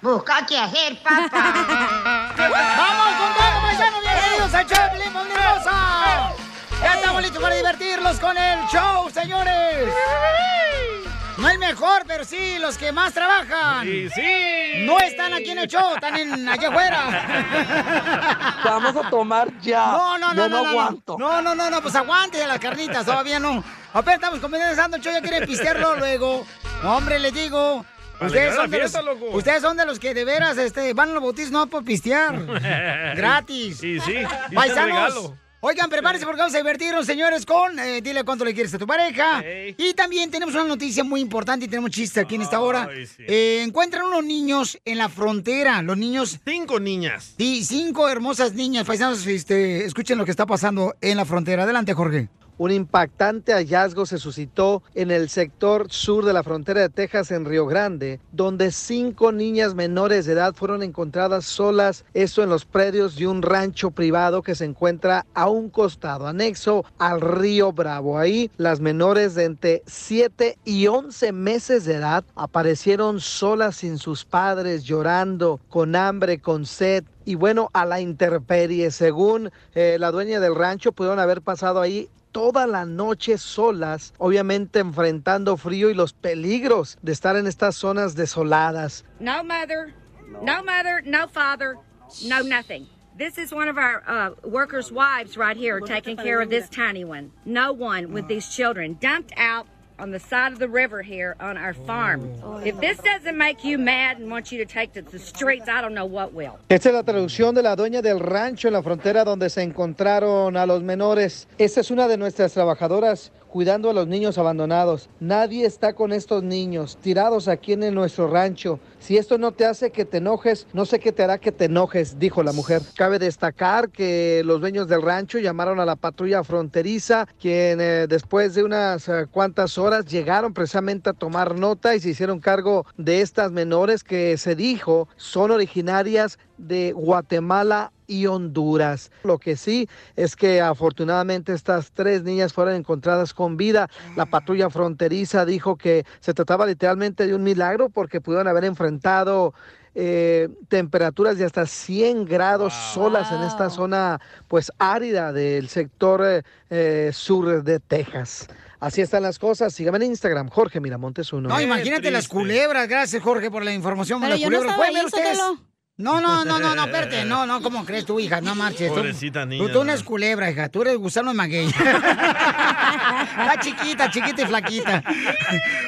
Busca qué hacer, papá. ¡Vamos con todo, paisanos! ¡Bienvenidos al show, de Piolín, familia hermosa! ¡Ya estamos listos para divertirlos con el show, señores! No el mejor, pero sí los que más trabajan. Sí, sí. No están aquí en el show, están en allá afuera. Vamos a tomar ya. No, no, no, Yo no, no aguanto. No, no, no, no, pues aguante las carnitas, todavía no. Apenas estamos comenzando el show, ya quieren pistearlo luego. No, hombre, les digo. Para Ustedes alegrar son, la de los, fiesta, loco. ustedes son de los que de veras este, van a los bautizos no por pistear. Gratis. Sí, sí, y este Paisanos. regalo. Oigan, prepárense porque vamos a divertirnos, señores, con eh, Dile cuánto le quieres a tu pareja. Ey. Y también tenemos una noticia muy importante y tenemos chiste aquí en esta hora. Ay, sí. Eh, encuentran unos niños en la frontera, los niños... Cinco niñas. Sí, cinco hermosas niñas, paisanos, este, escuchen lo que está pasando en la frontera. Adelante, Jorge. Un impactante hallazgo se suscitó en el sector sur de la frontera de Texas en Río Grande, donde cinco niñas menores de edad fueron encontradas solas, esto en los predios de un rancho privado que se encuentra a un costado anexo al río Bravo. Ahí las menores de entre 7 y 11 meses de edad aparecieron solas sin sus padres, llorando, con hambre, con sed, y bueno, a la intemperie. Según eh, la dueña del rancho, pudieron haber pasado ahí toda la noche solas, obviamente enfrentando frío y los peligros de estar en estas zonas desoladas. No mother, no, mother, no father, no nothing. This is one of our uh, workers' wives right here taking care of this tiny one. No one with these children dumped out on the side of the river here on our farm. If this doesn't make you mad and want you to take to the streets, I don't know what will. Esta es la traducción de la dueña del rancho en la frontera donde se encontraron a los menores. Esta es una de nuestras trabajadoras cuidando a los niños abandonados. Nadie está con estos niños tirados aquí en nuestro rancho. Si esto no te hace que te enojes, no sé qué te hará que te enojes, dijo la mujer. Cabe destacar que los dueños del rancho llamaron a la patrulla fronteriza, quien eh, después de unas eh, cuantas horas llegaron precisamente a tomar nota y se hicieron cargo de estas menores que se dijo son originarias de Guatemala y Honduras. Lo que sí es que afortunadamente estas tres niñas fueron encontradas con vida. La patrulla fronteriza dijo que se trataba literalmente de un milagro porque pudieron haber enfrentado eh, temperaturas de hasta 100 grados solas en esta Wow. zona pues árida del sector eh, eh, sur de Texas. Así están las cosas. Síganme en Instagram, Jorge Miramontes uno. No, imagínate las triste. culebras. Gracias, Jorge, por la información. de Pero las yo no culebras. estaba ¿Pueden ahí, ver ustedes? Sotelo. No, no, no, no, no, espérate. No, no, ¿cómo crees tú, hija? No marches. tú- Pobrecita niña, Tú, tú no ¿no? eres culebra, hija. Tú eres gusano de maguey. Está chiquita, chiquita y flaquita.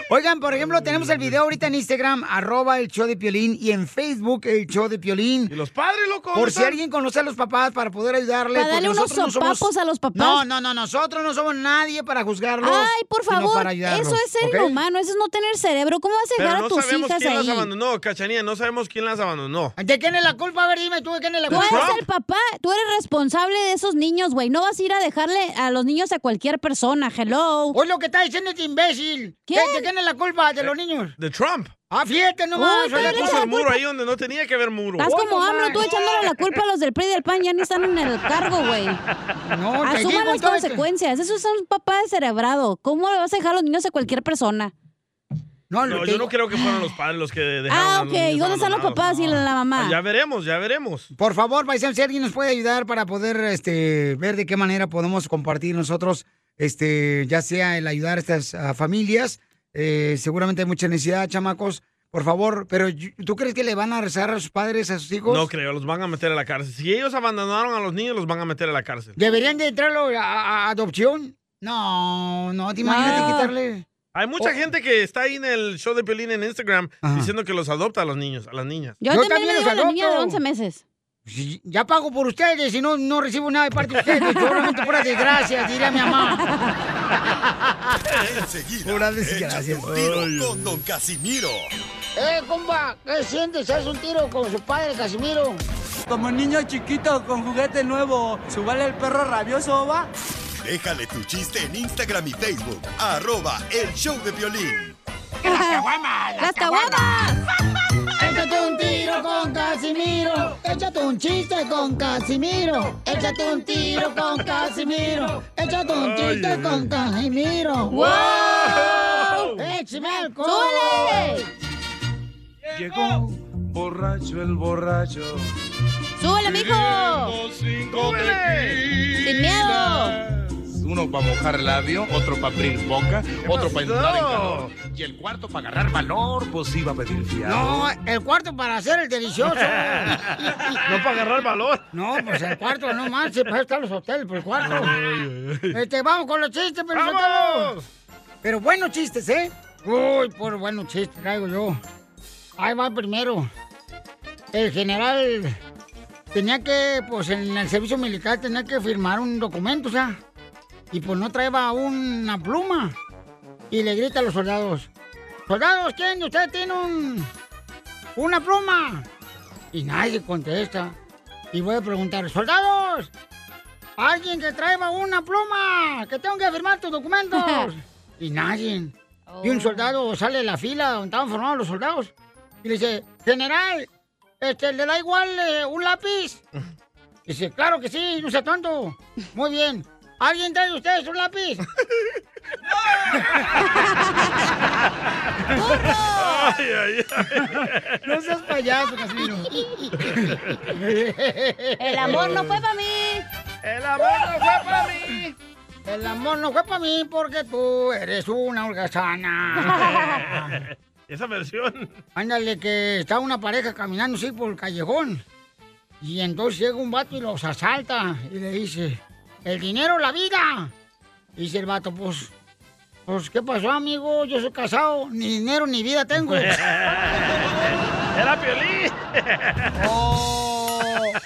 Oigan, por ejemplo, tenemos el video ahorita en Instagram, arroba el show de Piolín, y en Facebook, el show de ¿Y Piolín. los padres, loco? Por ¿Dónde si están? alguien conoce a los papás para poder ayudarle. Para porque darle unos nosotros no somos- sopapos a los papás. No, no, no, nosotros no somos nadie para juzgarlos. Ay, por sino favor, para ayudarlos, eso es ser ¿ok? inhumano, eso es no tener cerebro. ¿Cómo vas a Pero dejar no a tus sabemos hijas quién las ahí? abandonó, Cachanía. No sabemos quién las abandonó. ¿De quién es la culpa? A ver, dime tú, ¿de quién es la Tú culpa? eres Trump. el papá, tú eres responsable de esos niños, güey. No vas a ir a dejarle a los niños a cualquier persona. Hello. Hoy lo que está diciendo este imbécil. ¿Qué? ¿Quién? ¿De quién es la culpa? De los niños. De Trump. Ah, fíjate nomás. Uy, o sea, ¿qué Le le puso echa el la muro culpa? ahí donde no tenía que haber muro. Estás Hoy como nomás. AMLO, tú echándole la culpa a los del PRI y del PAN, ya ni están en el cargo, güey. No, te Asuman digo, las entonces- consecuencias. Eso es un papá descerebrado. ¿Cómo le vas a dejar a los niños a cualquier persona? No, No, lo yo te- no creo que fueron los padres los que dejaron Ah, a ok. los niños ¿Y dónde están los abandonados. papás y la la Ah, Ya mamá? veremos, ya veremos. Por favor, paisano, si alguien nos puede ayudar para poder este, ver de qué manera podemos compartir nosotros, este, ya sea el ayudar a estas ah, familias. eh, seguramente hay mucha necesidad, chamacos. Por favor, pero yo- ¿tú crees que le van a rezar a sus padres, a sus hijos? No creo, los van a meter a la cárcel. Si ellos abandonaron a los niños, los van a meter a la cárcel. ¿Deberían de entrarlo a, a- a adopción? No, no, te imaginas No. quitarle. Hay mucha Oh. gente que está ahí en el show de Pelín en Instagram Ajá. diciendo que los adopta a los niños, a las niñas. Yo, Yo también también le digo a los la niña de adopto. 11 meses. Sí, Ya pago por ustedes y no, no recibo nada de parte de ustedes. Seguramente pura desgracia, diría mi mamá. Enseguida, Pura desgracia. échate un tiro con Don Casimiro. Eh, compa, ¿qué sientes? ¿Haz un tiro con su padre, Casimiro? Como niño chiquito con juguete nuevo, subale el perro rabioso, va. Déjale tu chiste en Instagram y Facebook. Arroba el show de violín. ¡Las caguamas! Échate un tiro con Casimiro. Échate un chiste con Casimiro. Échate un tiro con Casimiro. Échate un chiste con Casimiro. ¡Eh, ¡Wow! ¡Échame alcohol! ¡Súbele! Llegó Borracho el borracho. ¡Súbele, mijo! Cinco ¡Sin miedo! Uno para mojar labio, otro para abrir boca, otro para entrar en calor. Y el cuarto para agarrar valor, pues iba a pedir fiado. No, el cuarto para hacer el delicioso. No para agarrar valor. No, pues el cuarto, no más, se puede estar los hoteles, por el cuarto. Este, vamos con los chistes, pero ¡Vamos! Pero buenos chistes, ¿eh? Uy, por buenos chistes traigo yo. Ahí va primero. El general tenía que, pues en el servicio militar tenía que firmar un documento, o sea. Y pues no traía una pluma. Y le grita a los soldados. Soldados, ¿quién de ustedes tiene un, una pluma? Y nadie contesta. Y voy a preguntar, soldados, alguien que traiga una pluma, que tengo que firmar tus documentos. y nadie. Y Oh. un soldado sale de la fila donde estaban formados los soldados. Y le dice, general, este, ¿le da igual eh, un lápiz? Dice, claro que sí, no sea tonto. Muy bien. ¿Alguien trae de ustedes un lápiz? Ay, ay, No seas payaso, Casimiro. El amor no fue para mí. El amor no fue para mí. El amor no fue para mí porque tú eres una holgazana. Esa versión. Ándale, que está una pareja caminando así por el callejón. Y entonces llega un vato y los asalta y le dice, el dinero, la vida. Y dice el vato, pues, pues, ¿qué pasó, amigo? Yo soy casado, ni dinero ni vida tengo. Era Piolín. Oh.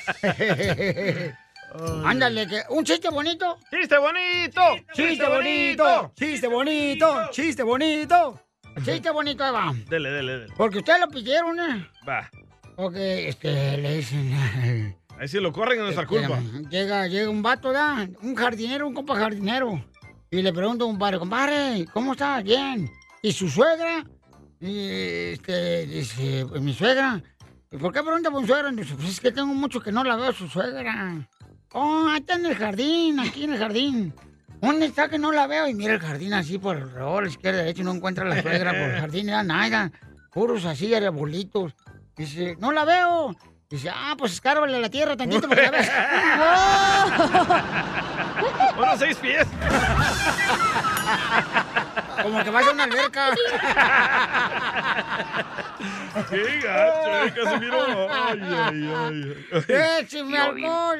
Ándale, que un chiste bonito. ¡Chiste bonito! Chiste bonito, chiste bonito, chiste bonito. Chiste bonito, Eva. Dele, dele, dele. Porque ustedes lo pidieron, ¿eh? Va. Porque, este, le dicen... Ahí sí lo corren en nuestra Espérame, culpa. Llega, llega un vato, ¿verdad? Un jardinero, un compa jardinero. Y le pregunto a un padre, compadre, ¿cómo está? Bien. ¿Y su suegra? Y este, dice, "Pues, mi suegra. ¿Y por qué pregunta por mi suegra? Dice, pues es que tengo mucho que no la veo a su suegra. Oh, ahí está en el jardín, aquí en el jardín. ¿Dónde está que no la veo? Y mira el jardín así por el rol, izquierda, derecha, y no encuentra a la suegra por el jardín, ya nada. Puros así, arbolitos. Dice, no la veo. Dice, ah, pues escárbale la tierra tantito para que la veas. Unos seis pies. Como que vaya a una alberca. ¡Qué gacho! eh, Casimiro! ¡Ay, ay, ay! ay. ¡Écheme ¡Eh, alcohol!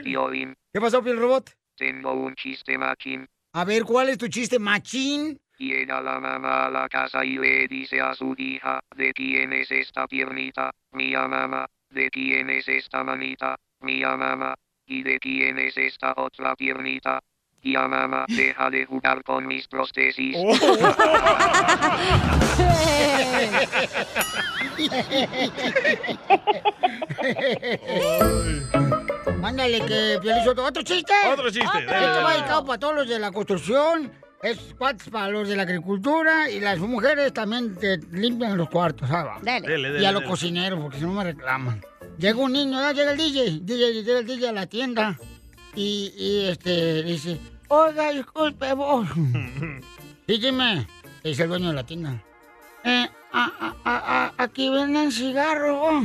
¿Qué pasó, Piel Robot? Tengo un chiste machín. A ver, ¿cuál es tu chiste machín? Llega la mamá a la casa y le dice a su hija, ¿de quién es esta piernita? Mía mamá. ¿De quién es esta manita? Mía mamá. ¿Y de quién es esta otra piernita? Tía mamá, deja de jugar con mis prótesis. Oh. Mándale que Piel hizo otro chiste. Otro chiste. Otro. dele, Esto va dele. dedicado para todos los de la construcción, es cuates para los de la agricultura y las mujeres también te limpian los cuartos, ¿sabes? Dale. Dele, Y dele, a los dele. cocineros, porque si no me reclaman. Llega un niño, ya llega el DJ, DJ, llega el DJ a la tienda y, y, este, dice, oiga, disculpe vos. Dígame, le dice el dueño de la tienda. "Eh, a- a- a- a- aquí venden cigarros. vos".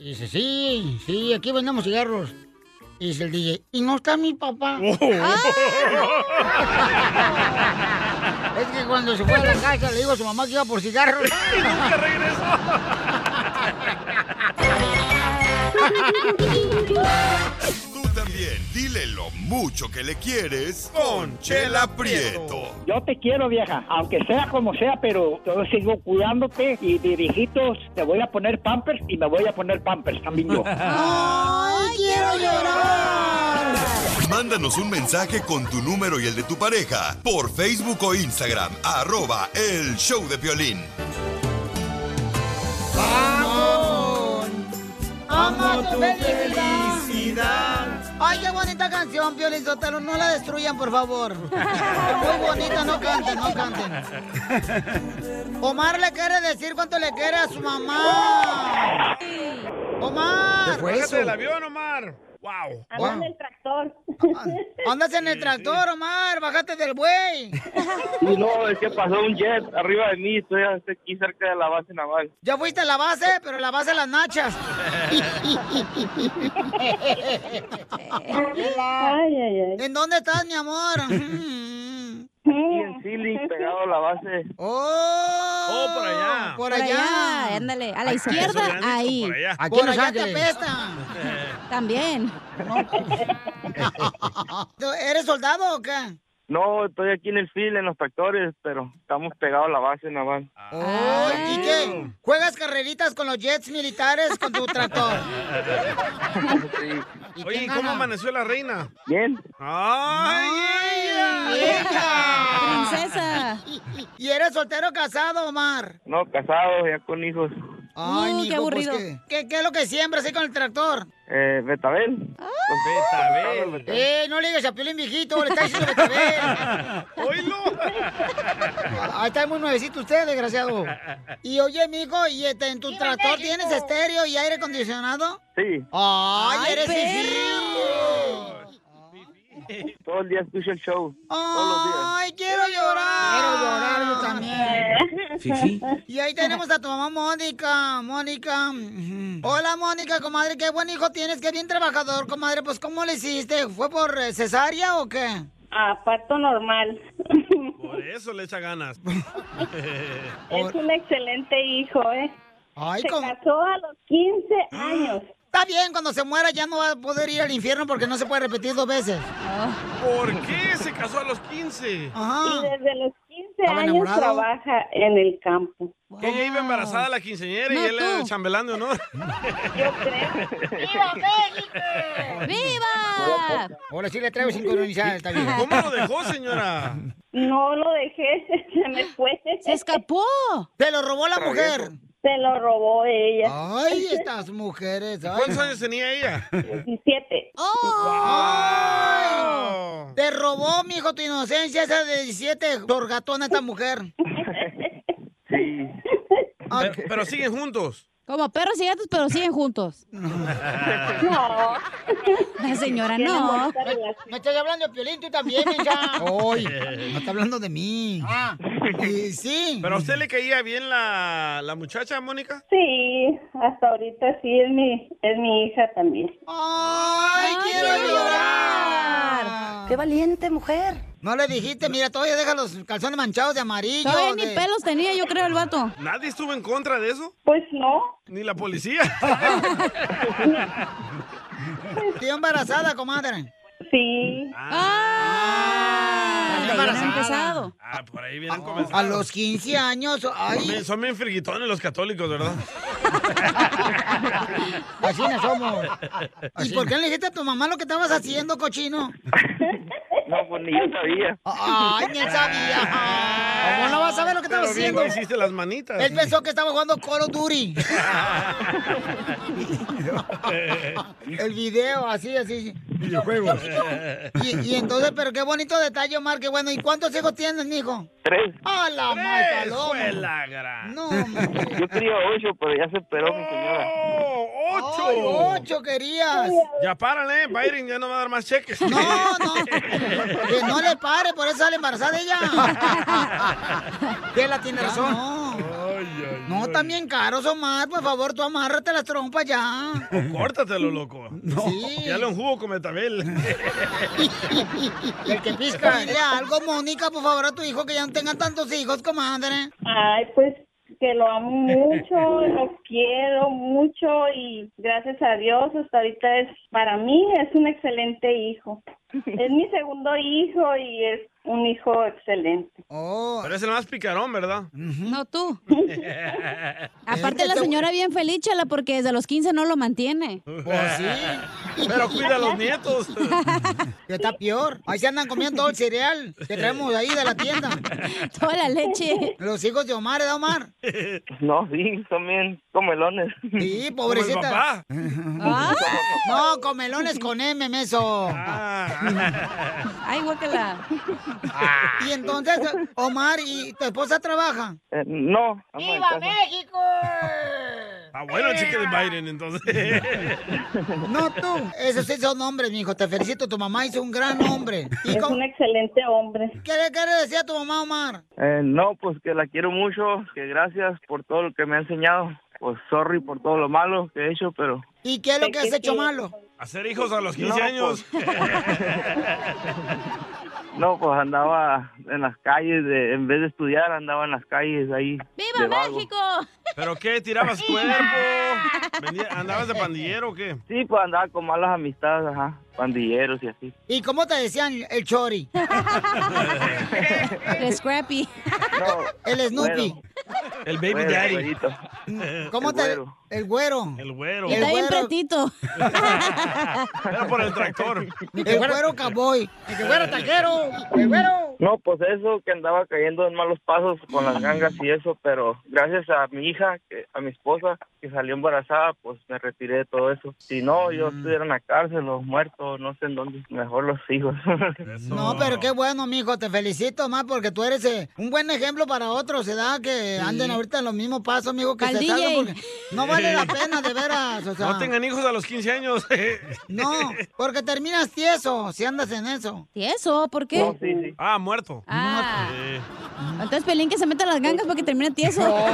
Y dice, sí, sí, aquí vendemos cigarros. Y dice el DJ, ¿y no está mi papá? Oh. Es que cuando se fue a la casa le digo a su mamá que iba por cigarros. ¡Y nunca regresó! Tú también, dile lo mucho que le quieres con Chela Prieto. Yo te quiero, vieja, aunque sea como sea, pero yo sigo cuidándote y de viejitos te voy a poner pampers y me voy a poner pampers también yo. ¡Ay, quiero llorar! Mándanos un mensaje con tu número y el de tu pareja por Facebook o Instagram, arroba el show de violín. ¡Amo tu felicidad! ¡Ay, qué bonita canción, Piolín Sotelo! No la destruyan, por favor. Muy bonita, no canten, no canten. Omar le quiere decir cuánto le quiere a su mamá. Omar, ¡Bájate del avión, Omar! Wow. Ando en el tractor. Ah, Andas en el tractor, Omar, bájate del buey. Y no, es que pasó un jet arriba de mí, estoy aquí cerca de la base naval. Ya fuiste a la base, pero la base de las nachas. ¿En dónde estás, mi amor? Aquí en Ceiling, pegado a la base. ¡Oh! ¡Oh, por allá! Por allá, ándale, a la izquierda, ahí. Aquí por en Los allá te Ángeles. apesta. También. ¿Eres soldado o qué? No, estoy aquí en el field, en los tractores, pero estamos pegados a la base naval. Oh, ¿Y qué? ¿Juegas carreritas con los jets militares con tu tractor? Oye, ¿y quién cómo gana? amaneció la reina? Ah, Bien. ¡Ay, ella! ¡Vieja! ¡Princesa! ¿Y eres soltero o casado, Omar? No, casados, ya con hijos. Ay, Uh, mijo, qué pues, aburrido. ¿qué- qué, qué es lo que siembras ahí con el tractor? Eh, Betabel. Ah. Betabel. ¡Eh, no le digas a Piolín viejito! ¡Le está diciendo betabel! ¡Oílo! Ahí Ah, está muy nuevecito usted, desgraciado. Y oye, mijo, ¿y este, en tu tractor tienes estéreo y aire acondicionado? Sí. ¡Ay, Ay, eres fifí! Todo el día escucho el show. ¡Ay, quiero llorar! Quiero llorar yo también. Fifí. Y ahí tenemos a tu mamá Mónica, Mónica. Hola, Mónica, comadre, qué buen hijo tienes, qué bien trabajador, comadre. Pues, ¿cómo le hiciste? ¿Fue por eh, cesárea o qué? Ah, parto normal. Por eso le echa ganas. Es un excelente hijo, ¿eh? Ay, Se com- casó a los 15 años. Está bien, cuando se muera ya no va a poder ir al infierno porque no se puede repetir dos veces. Oh. ¿Por qué se casó a los 15? Y desde los 15 Estaba años enamorado. trabaja en el campo. Que ella iba embarazada la quinceñera No, y él era tú. el chambelán de honor. ¡Viva México! ¡Viva! Ahora sí le traigo sin colonizar, está bien. ¿Cómo lo dejó, señora? No lo dejé, se me fue. ¡Se escapó! ¡Te lo robó la mujer! Se lo robó ella. ¡Ay, estas mujeres! ay. ¿Cuántos años tenía ella? 17. Oh. Ah, ¡Ay! Te robó, mijo, tu inocencia esa de 17, torgatona esta mujer. ah. Pero, pero siguen juntos. Como perros y gatos, pero siguen juntos. No. La señora Tiene no. bonita Me estoy hablando de Piolín, tú también, hija. ¡Ay! No está hablando de mí. Sí, sí. ¿Pero a usted le caía bien la, la muchacha, Mónica? Sí, hasta ahorita sí es mi, es mi hija también. ¡Ay, quiero llorar! ¡Qué valiente mujer! No le dijiste, mira, todavía deja los calzones manchados de amarillo. Todavía de- ni pelos tenía, yo creo, el vato. ¿Nadie estuvo en contra de eso? Pues no. ¿Ni la policía? Estoy embarazada, comadre. Sí. ¡Ah! embarazada. Ah, por ahí vienen comenzando. A los 15 años, ay, Son- Son bien friguitones los católicos, ¿verdad? así no somos. ¿Y Así por no. qué le dijiste a tu mamá lo que estabas haciendo, cochino? No, pues ni yo sabía. Ay, ni él sabía. ¿Cómo no vas a ver lo que Pero estabas bien haciendo? que hiciste las manitas. Él pensó que estaba jugando Call of Duty. El video, así, así. Videojuegos. Y, y entonces, pero qué bonito detalle, Omar, qué bueno. ¿Y cuántos hijos tienes, mijo? Tres. ¡A la mata, loco! fue la gran. No, Yo quería ocho, pero ya se esperó mi señora. ¡Ocho! Ay, Oh, ¡Ocho querías! Ya párale, Byron ya no va a dar más cheques. No, no. Que no le pare, por eso sale embarazada ella. Que la tiene razón. No, también caros, Omar, por favor, tú amárrate las trompas ya. O Pues córtatelo, loco. Sí. Ya le un jugo con metabel. El que pizca. Dile algo, Mónica, por favor, a tu hijo, que ya no tenga tantos hijos, comadre. Ay, pues que lo amo mucho, lo quiero mucho y gracias a Dios hasta ahorita es para mí es un excelente hijo. Es mi segundo hijo y es un hijo excelente. Oh. Pero es el más picarón, ¿verdad? No tú. Aparte Este la señora bien feliz, chala, porque desde los 15 no lo mantiene. Pues sí. Pero cuida a los nietos. Ya está peor. Ahí se andan comiendo todo el cereal que traemos ahí de la tienda. Toda la leche. Los hijos de Omar, ¿eh, Omar? No, sí, son bien comelones. Sí, pobrecita. Ah. No, comelones con M, meso. Ah. Ay, guácala. Ah. Y entonces, Omar, ¿y tu esposa trabaja? Eh, no, ama de ¡Viva casa. México! Ah, bueno, chica de Biden, entonces. No tú. Esos sí son hombres, mijo. Te felicito. Tu mamá hizo un gran hombre. Es un excelente hombre. ¿Qué le quiere decir a tu mamá, Omar? Eh, no, pues que la quiero mucho, que gracias por todo lo que me ha enseñado. Pues sorry por todo lo malo que he hecho, pero... ¿Y qué es lo que has hecho malo? pues. Hacer hijos a los 15 No, años. No, pues andaba en las calles, de- en vez de estudiar andaba en las calles ahí. de vago. ¿Pero qué? ¿Tirabas cuerpo? Venía- ¿Andabas de pandillero o qué? Sí, pues andaba con malas amistades, ajá, pandilleros y así. ¿Y cómo te decían el chori? El Scrappy. el Snoopy. El baby Bueno, daddy. güerito. ¿Cómo El te.? güero. El güero. El güero. Y está bien pretito. Era por el tractor. El güero cowboy. El que güero taquero. El güero. No, pues eso, que andaba cayendo en malos pasos con las gangas y eso, pero gracias a mi hija, que- a mi esposa, que salió embarazada, pues me retiré de todo eso. Si no, yo estuviera en la cárcel o muerto, no sé en dónde, mejor los hijos. No, pero qué bueno, mijo, te felicito más porque tú eres eh, un buen ejemplo para otros, ¿verdad? Que anden ahorita en los mismos pasos, mijo, que Al se DJ. salgan porque no vale la pena, de veras, o sea. No tengan hijos a los 15 años. eh. No, porque terminas tieso si andas en eso. ¿Tieso? ¿Por qué? Ah, muerto. Sí. Entonces, Pelín, que se meta a las gangas para que termine tieso. Ay,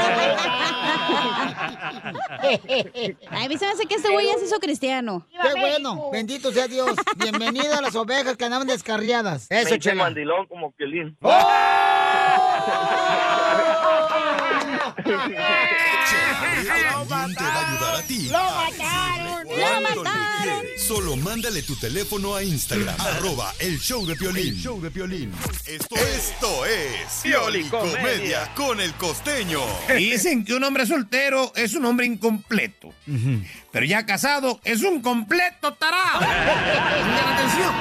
a mí se me hace que este güey ya se hizo cristiano. Qué bueno, bendito sea Dios. Bienvenida a las ovejas que andaban descarriadas. Me Eso, ¡Oh! hice chela. mandilón como Piolín. Piolín te va a ayudar a ti. ¡Lo mataron! ¿Cuánto le quieres? Solo mándale tu teléfono a Instagram. arroba el show de Piolín. Show de Piolín. Esto, esto es Piolicomedia con el costeño. Dicen que un hombre soltero es un hombre incompleto. Pero ya casado es un completo tarado. Pongan atención.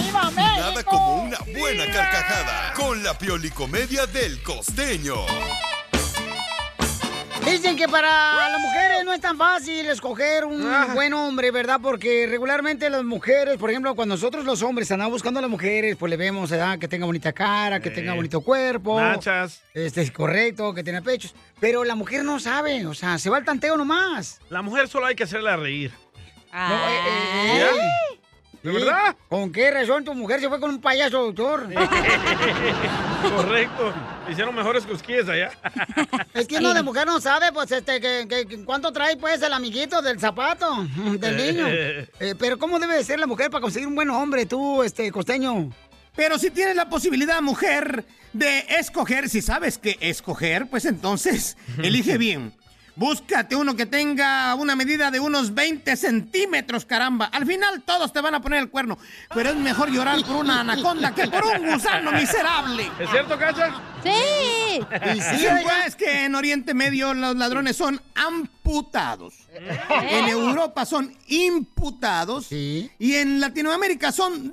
¡Viva Nada como una buena carcajada con la Piolicomedia del costeño. Dicen que para las mujeres no es tan fácil escoger un Ah. buen hombre, ¿verdad? Porque regularmente las mujeres, por ejemplo, cuando nosotros los hombres andamos buscando a las mujeres, pues le vemos ¿verdad? que tenga bonita cara, que tenga bonito cuerpo. Nachas. Este es correcto, que tenga pechos. Pero la mujer no sabe, o sea, se va al tanteo nomás. eh, La mujer solo hay que hacerla reír. ¿De verdad? eh. ¿Con qué razón tu mujer se fue con un payaso, doctor? Correcto. Hicieron mejores cosquillas allá. Es que uno de mujer no sabe, pues, este, que, que- que cuánto trae, pues, el amiguito del zapato del niño. Eh, pero ¿cómo debe de ser la mujer para conseguir un buen hombre, tú, este, costeño? Pero si tienes la posibilidad, mujer, de escoger, si sabes que escoger, pues entonces elige bien. Búscate uno que tenga una medida de unos 20 centímetros, caramba. Al final todos te van a poner el cuerno. Pero es mejor llorar por una anaconda que por un gusano miserable. ¿Es cierto, Cacha? ¡Sí! Y sí, Dicen, oiga. pues que en Oriente Medio los ladrones son amputados. Eh. En Europa son imputados. Y en Latinoamérica son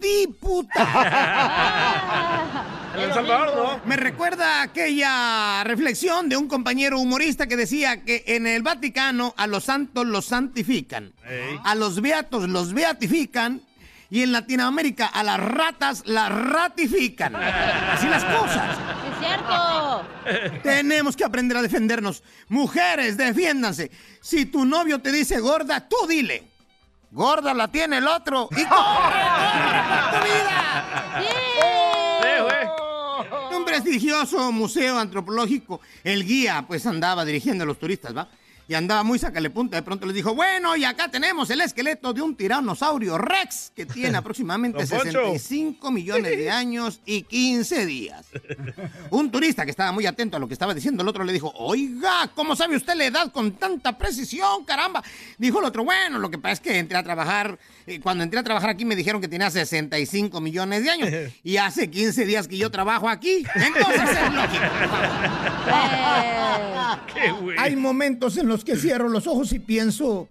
diputados. En El Salvador, ¿no? Me recuerda aquella reflexión de un compañero humorista que decía que en el Vaticano a los santos los santifican, Ey. a los beatos los beatifican y en Latinoamérica a las ratas las ratifican. Así las cosas. ¡Es cierto! Tenemos que aprender a defendernos. Mujeres, defiéndanse. Si tu novio te dice gorda, tú dile. Gorda la tiene el otro. Y corre, corre por tu vida. ¿eh? Un prestigioso museo antropológico, el guía pues andaba dirigiendo a los turistas, ¿va? Y andaba muy sacalepunta, de pronto les dijo, bueno, y acá tenemos el esqueleto de un tiranosaurio rex que tiene aproximadamente Don Poncho. 65 millones de años y 15 días. Un turista que estaba muy atento a lo que estaba diciendo el otro le dijo, oiga, ¿cómo sabe usted la edad con tanta precisión, caramba? Dijo el otro, bueno, lo que pasa es que entré a trabajar, eh, cuando entré a trabajar aquí me dijeron que tenía 65 millones de años y hace 15 días que yo trabajo aquí. Entonces es lógico. por favor. Hay momentos en los que cierro los ojos y pienso,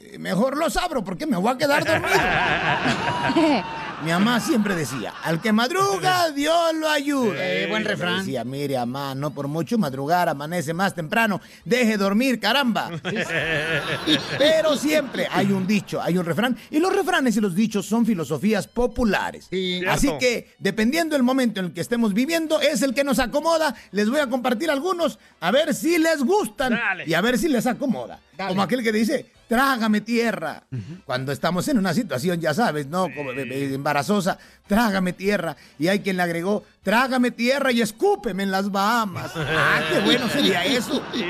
eh, mejor los abro porque me voy a quedar dormido. Mi mamá siempre decía, al que madruga, Dios lo ayuda. Eh, buen refrán. Decía, mire, mamá, no por mucho madrugar, amanece más temprano, deje dormir, caramba. Pero siempre hay un dicho, hay un refrán. Y los refranes y los dichos son filosofías populares. Así Cierto. que, dependiendo del momento en el que estemos viviendo, es el que nos acomoda. Les voy a compartir algunos, a ver si les gustan y a ver si les acomoda. Como aquel que dice, trágame tierra. Cuando estamos en una situación, ya sabes, ¿no? Como eh, eh, embarazosa, trágame tierra. Y hay quien le agregó, trágame tierra y escúpeme en las Bahamas. Ah, qué bueno sería eso. Sí,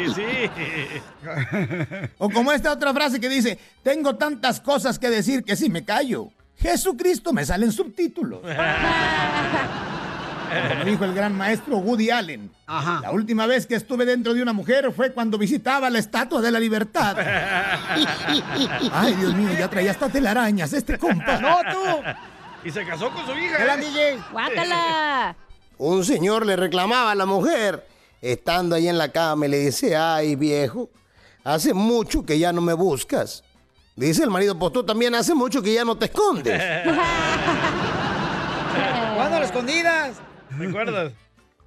O como esta otra frase que dice, tengo tantas cosas que decir que si me callo, Jesucristo me salen subtítulos. Como dijo el gran maestro Woody Allen. La última vez que estuve dentro de una mujer fue cuando visitaba la Estatua de la Libertad. Ay, Dios mío, ya traía hasta telarañas este Pues compa. ¡No, tú! Y se casó con su hija. Hola, ¿eh? DJ. Guácala. Un señor le reclamaba a la mujer, estando ahí en la cama, y le dice, ay viejo, hace mucho que ya no me buscas. Dice el marido, pues tú también hace mucho que ya no te escondes. ¿Cuándo a las escondidas? ¿Recuerdas?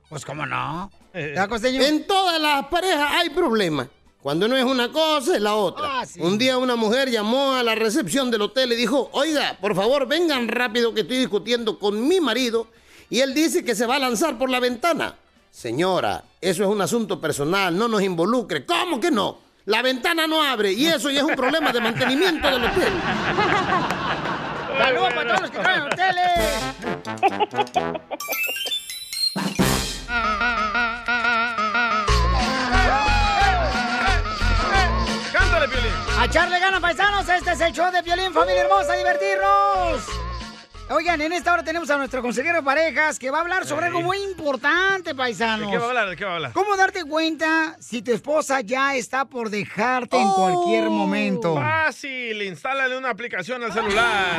Pues cómo no. En todas las parejas hay problemas. Cuando no es una cosa, es la otra. Ah, sí. Un día una mujer llamó a la recepción del hotel y dijo, oiga, por favor, vengan rápido que estoy discutiendo con mi marido y él dice que se va a lanzar por la ventana. Señora, eso es un asunto personal, no nos involucre. ¿Cómo que no? La ventana no abre y eso ya es un problema de mantenimiento del hotel. ¡Saludos para todos los que están en hoteles! ¡Cántale, Piolín! ¡A echarle ganas, paisanos! Este es el show de Violín, familia hermosa, a divertirnos. Oigan, en esta hora tenemos a nuestro consejero de parejas que va a hablar sobre Ey. algo muy importante, paisanos. ¿De qué va a hablar? ¿De qué va a hablar? ¿Cómo darte cuenta si tu esposa ya está por dejarte en Oh. cualquier Oh. momento? Fácil, instálale una aplicación al celular.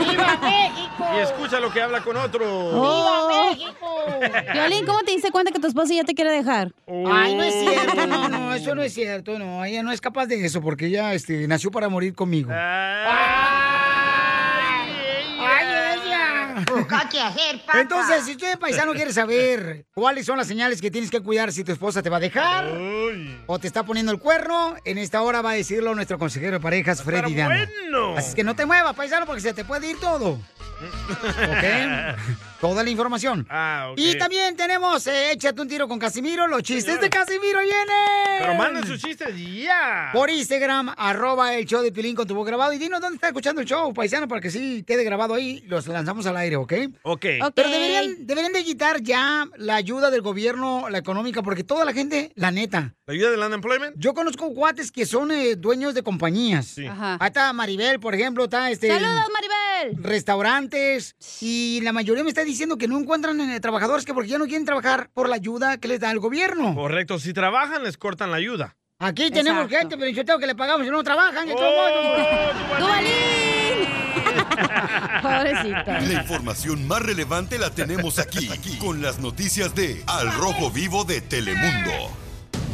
Y escucha lo que habla con otro. Oh. Violín, ¿cómo te diste cuenta que tu esposa ya te quiere dejar? Ay, no es cierto, no, no, eso no es cierto, no, ella no es capaz de eso porque ella este, nació para morir conmigo. Ah. ¡Ay, ella! Entonces, si tú de paisano quieres saber cuáles son las señales que tienes que cuidar si tu esposa te va a dejar o te está poniendo el cuerno, en esta hora va a decirlo nuestro consejero de parejas, Freddy Dana. bueno. Así que no te muevas, paisano, porque se te puede ir todo. ¿Ok? Toda la información. Ah, ok. Y también tenemos eh, Échate un tiro con Casimiro, los chistes de Casimiro vienen. Pero manden sus chistes ya. Por Instagram, arroba el show de Pilín con tu voz grabado. Y dinos dónde está escuchando el show, paisano, para que sí quede grabado ahí. Los lanzamos al aire, ¿ok? Ok. Pero deberían, deberían de quitar ya la ayuda del gobierno, la económica, porque toda la gente, la neta. ¿La ayuda del unemployment? Yo conozco cuates que son eh, dueños de compañías. Ajá. Ahí está Maribel, por ejemplo, está este... ¡Saludos, Maribel! Restaurantes. Y la mayoría me está diciendo que no encuentran eh, trabajadores que porque ya no quieren trabajar por la ayuda que les da el gobierno. Correcto, si trabajan les cortan la ayuda. Aquí tenemos Exacto. gente, pero yo tengo que le pagamos y no trabajan. de todos ¡Oh, modos. La información más relevante la tenemos aquí, aquí, con las noticias de Al Rojo Vivo de Telemundo.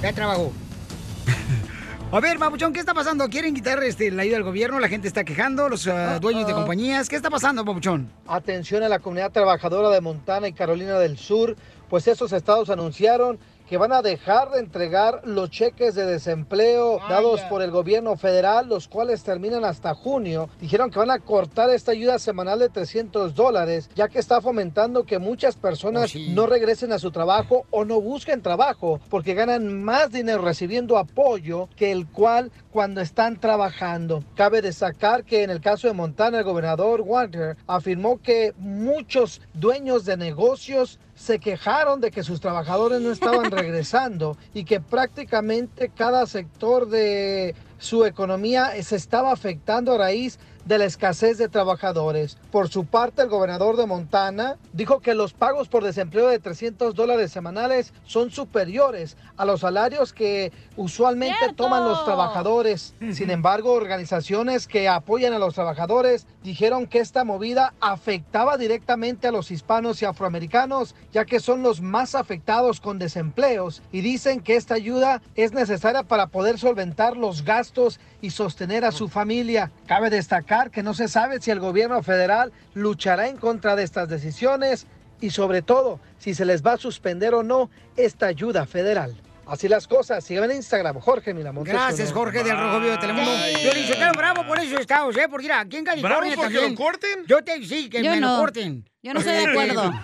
Ya trabajó. A ver, Papuchón, ¿qué está pasando? ¿Quieren quitar este, la ayuda del gobierno? La gente está quejando, los ah, dueños de compañías. ¿Qué está pasando, Papuchón? Atención a la comunidad trabajadora de Montana y Carolina del Sur, pues estos estados anunciaron que van a dejar de entregar los cheques de desempleo dados por el gobierno federal, los cuales terminan hasta junio. Dijeron que van a cortar esta ayuda semanal de 300 dólares, ya que está fomentando que muchas personas no regresen a su trabajo o no busquen trabajo, porque ganan más dinero recibiendo apoyo que el cual cuando están trabajando. Cabe destacar que en el caso de Montana, el gobernador Walker afirmó que muchos dueños de negocios se quejaron de que sus trabajadores no estaban regresando y que prácticamente cada sector de su economía se estaba afectando a raíz de la escasez de trabajadores. Por su parte, el gobernador de Montana dijo que los pagos por desempleo de 300 dólares semanales son superiores a los salarios que usualmente toman los trabajadores. Sin embargo, organizaciones que apoyan a los trabajadores dijeron que esta movida afectaba directamente a los hispanos y afroamericanos, ya que son los más afectados con desempleos y dicen que esta ayuda es necesaria para poder solventar los gastos gastos y sostener a su familia. Cabe destacar que no se sabe si el gobierno federal luchará en contra de estas decisiones y sobre todo si se les va a suspender o no esta ayuda federal. Así las cosas. Síganme en Instagram, Jorge Miramontes. Gracias, uno. Jorge del Rojo Vivo de Telemundo. Yo le dije, bravo por esos estados, ¿eh? Porque mira, aquí en California ¿Bravo porque también. lo corten? Yo te sí, que Yo me no. lo corten. Yo no estoy de acuerdo.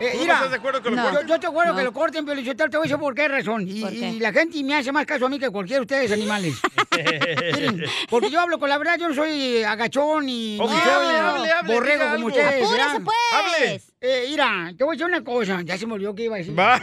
Eh, ¿Tú no mira, estás de acuerdo que lo No. corten? Yo, yo te acuerdo No. que lo corten, pero yo te voy a decir por qué razón. Y, ¿Por qué? y la gente me hace más caso a mí que cualquiera de ustedes, animales. Miren, porque yo hablo con la verdad, yo no soy agachón y Ok, ni soy hable, hable, hable, borrego diga como algo. ustedes. Apúrese, ¿verdad? pues. Hable. Eh, mira, te voy a decir una cosa. Ya se me olvidó que iba a decir. No,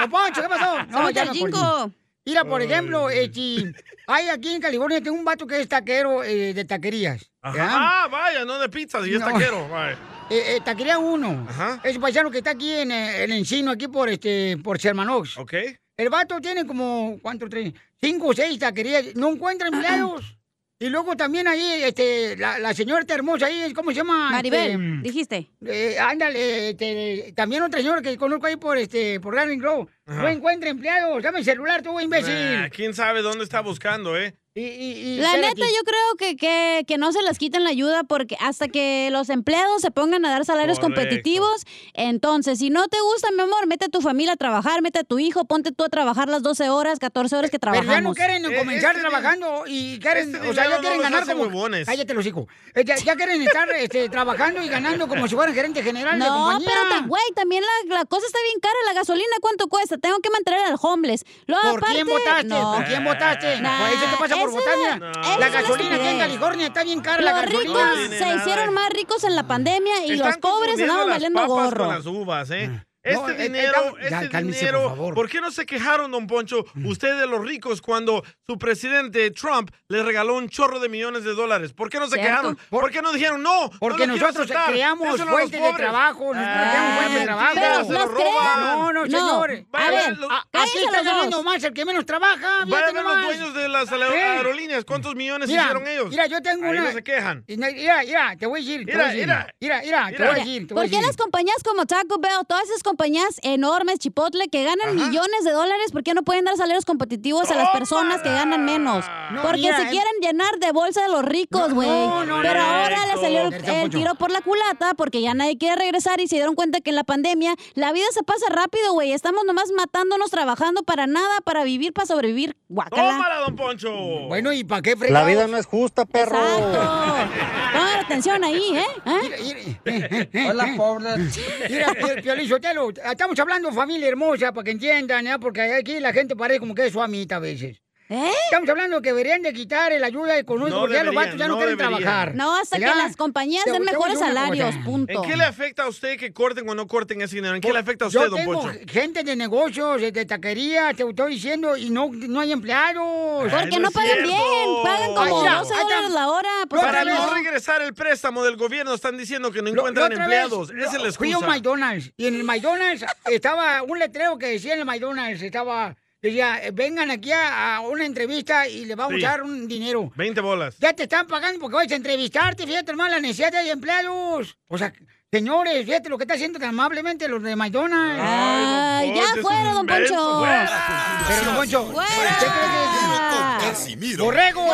no, Poncho, ¿qué pasó? No, Somos ya me Yajinko. acordé. Mira, por ejemplo, eh, si hay aquí en California tengo un vato que es taquero eh, de taquerías. ¿ya? Ah, vaya, no de pizzas, y es No. taquero. vaya. Eh, eh, taquería 1. Es un paisano que está aquí en eh, el encino, aquí por este, por Shermanox. Ok. El vato tiene como, ¿cuánto? Tres, cinco o seis taquerías. No encuentra empleados. y luego también ahí, este, la, la señora está hermosa ahí, ¿cómo se llama? Maribel, Este, dijiste. eh, ándale, este, también otra señora que conozco ahí por este, por Garden Grove. Ajá. No encuentra empleados. Dame el celular, tú, imbécil. Ah, Nah, Eh, ¿Quién sabe dónde está buscando, eh? Y, y- y La espérate. neta, yo creo que, que, que no se les quiten la ayuda porque hasta que los empleados se pongan a dar salarios Correcto. competitivos, entonces, si no te gusta, mi amor, mete a tu familia a trabajar, mete a tu hijo, ponte tú a trabajar las 12 horas, 14 horas que Pero trabajamos. ya no quieren comenzar trabajando y quieren, Eh, este o sea, ya dinero quieren no los ganar hace como... huevones. Cállate los hijos. eh, Ya, ya quieren estar este, trabajando y ganando como si fueran gerente general de No, compañía. pero ta- güey, también la, la cosa está bien cara. La gasolina, ¿cuánto cuesta? Tengo que mantener al homeless. Luego, ¿Por quién aparte- votaste? No. ¿Por quién votaste? Nah, Pues eso te pasa por esa votar, es mira. esa La es gasolina aquí en estupidez. California está bien cara, la Los gasolina. ricos No tiene se nada, hicieron más ricos en la pandemia y Están los pobres confundiendo andaban las valiendo papas gorro. Con las uvas, ¿eh? No, Este eh, eh, dinero, ya, este cálmese, por dinero, por, favor. Mm. qué no se quejaron, don Poncho, ustedes de los ricos cuando su presidente Trump les regaló un chorro de millones de dólares? ¿Por qué no se ¿Cierto? quejaron? ¿Por, qué no dijeron no? no Porque lo quiero nosotros aceptar, creamos eso no los fuentes de pobres? trabajo, nos Ah, creamos fuentes de trabajo. mentira, se lo roban. No, no, señores. Vaya, a- aquí está ganando más el que menos trabaja. Vayan fíjate a ver los nomás. dueños de las aer- Sí. aerolíneas, ¿cuántos millones Mira, hicieron ellos? Mira, yo tengo Ahí una. no se quejan. Y no- Mira, mira, te voy a decir. te Mira, voy a decir. mira. Mira, mira, te Mira. voy a decir. te voy a ¿Por qué decir. las compañías como Taco Bell, todas esas compañías enormes, Chipotle, que ganan millones de dólares, ¿por qué no pueden dar salarios competitivos a las personas que ganan menos? No, Porque mira, se eh. quieren llenar de bolsa de los ricos, güey. no, no, Pero no, ahora no. le salió el, Don el Poncho. tiro por la culata porque ya nadie quiere regresar y se dieron cuenta que en la pandemia la vida se pasa rápido, güey. Estamos nomás matándonos, trabajando para nada, para vivir, para sobrevivir. Guacala. ¡Tómala, don Poncho! Bueno, ¿y para qué La fregados? vida no es justa, perro. Pongan atención ahí, ¿eh? Hola, pobres. Mira, Pio- Piolín Sotelo, estamos hablando familia hermosa para que entiendan, ¿eh? porque aquí la gente parece como que es su amita a veces. ¿Eh? Estamos hablando que deberían de quitar la ayuda económica No porque ya los deberían, vatos ya no, no quieren deberían. trabajar. No, hasta que ¿Ya? las compañías Te- te den voy a mejores decir una salarios, cosa. punto. ¿En qué le afecta a usted que corten o no corten ese dinero? ¿En qué le afecta a usted, Yo don tengo Poncho? gente de negocios, de- de taquería, te estoy diciendo, y no, no hay empleados. Porque Ay, Ah, no no es pagan cierto. bien, pagan como Ay, mira, 12 ahí está. dólares la hora, pues, por Lo otra Para vez- no regresar el préstamo del gobierno, están diciendo que no Lo- encuentran la otra vez, empleados. Esa es la Fui a un excusa. McDonald's y en el McDonald's estaba un letrero que decía en el McDonald's, estaba, decía, eh, vengan aquí a, a una entrevista y le vamos Sí. a dar un dinero. 20 bolas. Ya te están pagando porque vas a entrevistarte, fíjate hermano, la necesidad de empleados. O sea, señores, fíjate lo que está haciendo tan amablemente los de McDonald's. Ay, don ya Poncho, es fuera, un don inmenso, Poncho. fuera. Pero, don Poncho, ¿usted cree que es- ¡Borrego!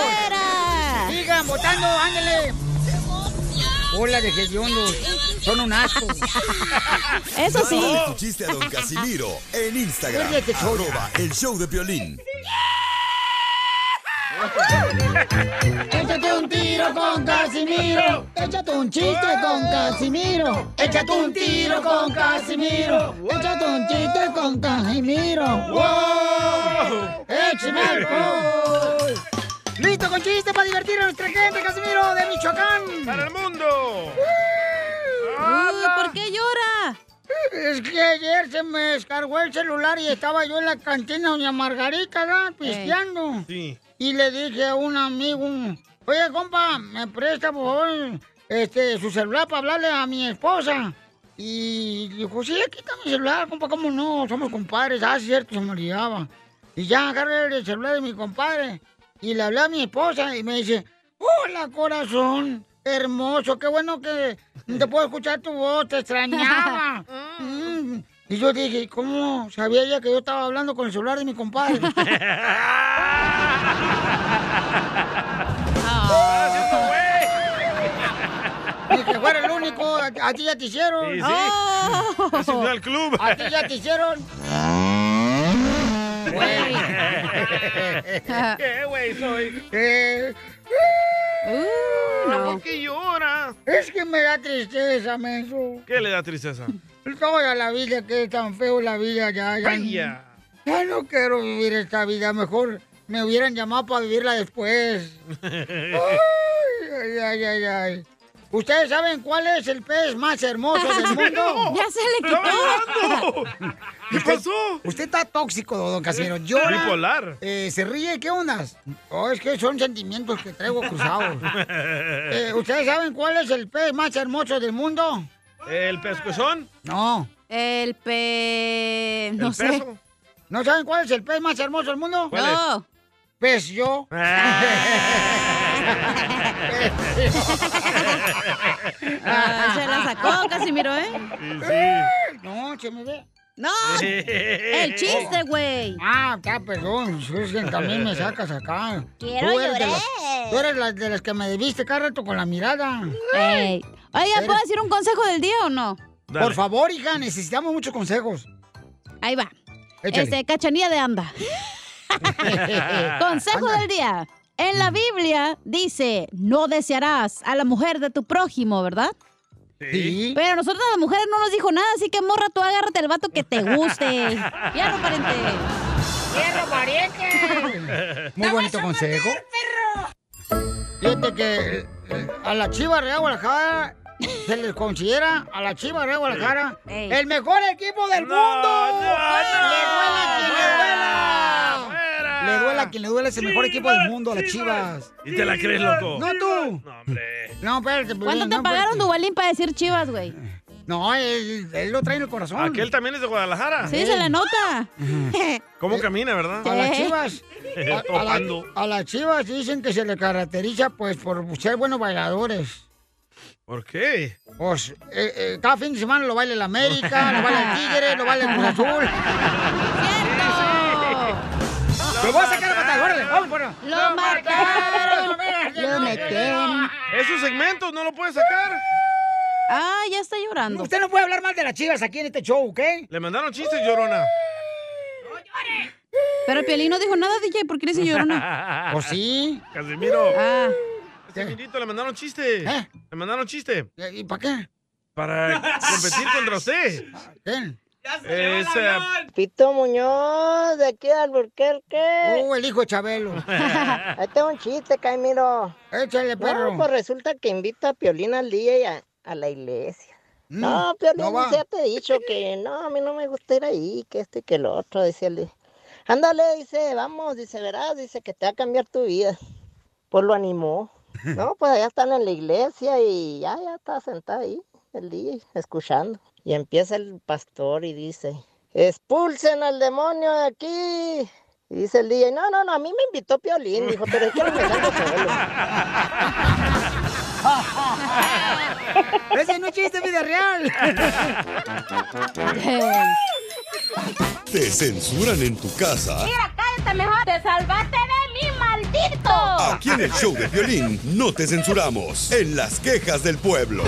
¡Sigan votando, ándale! Hola de hediondos, son un asco. Eso Mándale tu chiste a don Casimiro en Instagram. Ríete, cholo. arroba el show de violín. Échate un tiro con Casimiro. Échate un chiste con Casimiro. Échate un tiro con Casimiro. Échate un chiste con Casimiro. ¡Wow! ¡Échame alcohol! ¡Listo con chiste para divertir a nuestra gente, Casimiro de Michoacán! ¡Para el mundo! ¿Por qué llora? Es que ayer se me descargó el celular y estaba yo en la cantina doña Margarita, ¿verdad? Pisteando. Sí. Y le dije a un amigo, oye, compa, me presta, por favor, este, su celular para hablarle a mi esposa. Y dijo, sí, aquí está mi celular, compa, ¿cómo no? Somos compadres. Ah, cierto, se me olvidaba. Y ya agarré el celular de mi compadre y le hablé a mi esposa y me dice, hola, corazón, hermoso, qué bueno que te puedo escuchar tu voz, te extrañaba. Mm. Y yo dije, ¿cómo sabía ella que yo estaba hablando con el celular de mi compadre? Ah, a ti ya te hicieron. Sí, sí. ¡Oh! Ya se unió al club. A ti ya te hicieron. ¿Qué, güey, soy? Eh, La voz que llora. Es que me da tristeza, menso. ¿Qué le da tristeza? Toda la vida que es tan feo la vida ya. Ya, Vaya. ya no quiero vivir esta vida. Mejor me hubieran llamado para vivirla después. Ay, ay, ay, ay, ay. ¿Ustedes saben cuál es el pez más hermoso del mundo? Ya se le quitó. ¡Está ¿Qué pasó? Usted está tóxico, don Casimiro. Llora. Bipolar. eh, se ríe, ¿qué ondas? Oh, es que son sentimientos que traigo cruzados. Eh, ¿Ustedes saben cuál es el pez más hermoso del mundo? ¿El pescuezón? No. El pe... No ¿El sé. peso? ¿No saben cuál es el pez más hermoso del mundo? ¿Cuál es? No. Pez yo. Ah, se la sacó, Casimiro, ¿eh? No, se me ve. ¡No! ¡El ¡El chiste, güey! Ah, está, perdón. Es que también me sacas acá. Quiero Tú eres de llorar. las- Tú eres la- de las que me debiste cada rato con la mirada. Ey. Oiga, ¿puedo decir un consejo del día o no? Dale. Por favor, hija, necesitamos muchos consejos. Ahí va. Échale. Este, cachanilla de anda. Consejo del día. En Mm. la Biblia dice, no desearás a la mujer de tu prójimo, ¿verdad? Sí. Pero a nosotros las mujeres no nos dijo nada, así que morra, tú agárrate el vato que te guste. Ya no pariente. ¡Fierro, Muy bonito consejo. Fíjate que eh, a la Chiva Real Guadalajara se les considera a la Chiva Real Guadalajara Ey. el mejor equipo del No, mundo. no, Le duela a quien le duela. Le duela a quien le duela, es el mejor equipo del mundo, a las Chivas. ¿Y te la crees, loco? No tú. No, espérate. pues, ¿Cuánto te pagaron, Dubalín, para decir chivas, güey? No, él, él lo trae en el corazón. Aquel también es de Guadalajara. Sí, se le nota. ¿Cómo camina, verdad? A Eh, las chivas. A, a la- Topando. a las chivas dicen que se le caracteriza pues por ser buenos bailadores. ¿Por qué? Pues, eh, eh, cada fin de semana lo baila el América, lo baila el Tigre, lo baila el Cruz Azul. ¡Lo voy a sacar a matar! ¡Órale! ¡Vamos, bueno! ¡Lo mataron! ¡Lo metieron! Esos segmentos no lo puedes sacar. Ah, ya está llorando. Usted no puede hablar mal de las chivas aquí en este show, ¿ok? Le mandaron chistes, llorona. Pero Piolín no dijo nada, DJ, ¿por qué le dice llorona? Pues sí. Casimiro. Ah. Casimiro, le mandaron chiste. Le mandaron chiste. ¿Y para ¿Eh? qué? Para competir contra usted. ¿Quién? Es, Pito Muñoz, de aquí de Alburquerque. Uh, el hijo de Chabelo. Ahí tengo un chiste, Caimiro. Échale, perro. No, pues resulta que invita a Piolín al día y a, a la iglesia. Mm, no, Piolín, no va. ya te he dicho que no, a mí no me gusta ir ahí, que esto y que lo otro, decía el Ándale, dice, vamos, dice, verás, dice que te va a cambiar tu vida. Pues lo animó. No, pues allá están en la iglesia y ya, ya está sentado ahí, el DJ, escuchando. Y empieza el pastor y dice, expulsen al demonio de aquí. Y dice el DJ, no, no, no, a mí me invitó Piolín, dijo, pero es que no me salgo solo. Ese no es chiste, vida real. ¿Te censuran en tu casa? cállate mejor. Te salvaste de mí, maldito. Aquí en el show de violín no te censuramos. En las quejas del pueblo.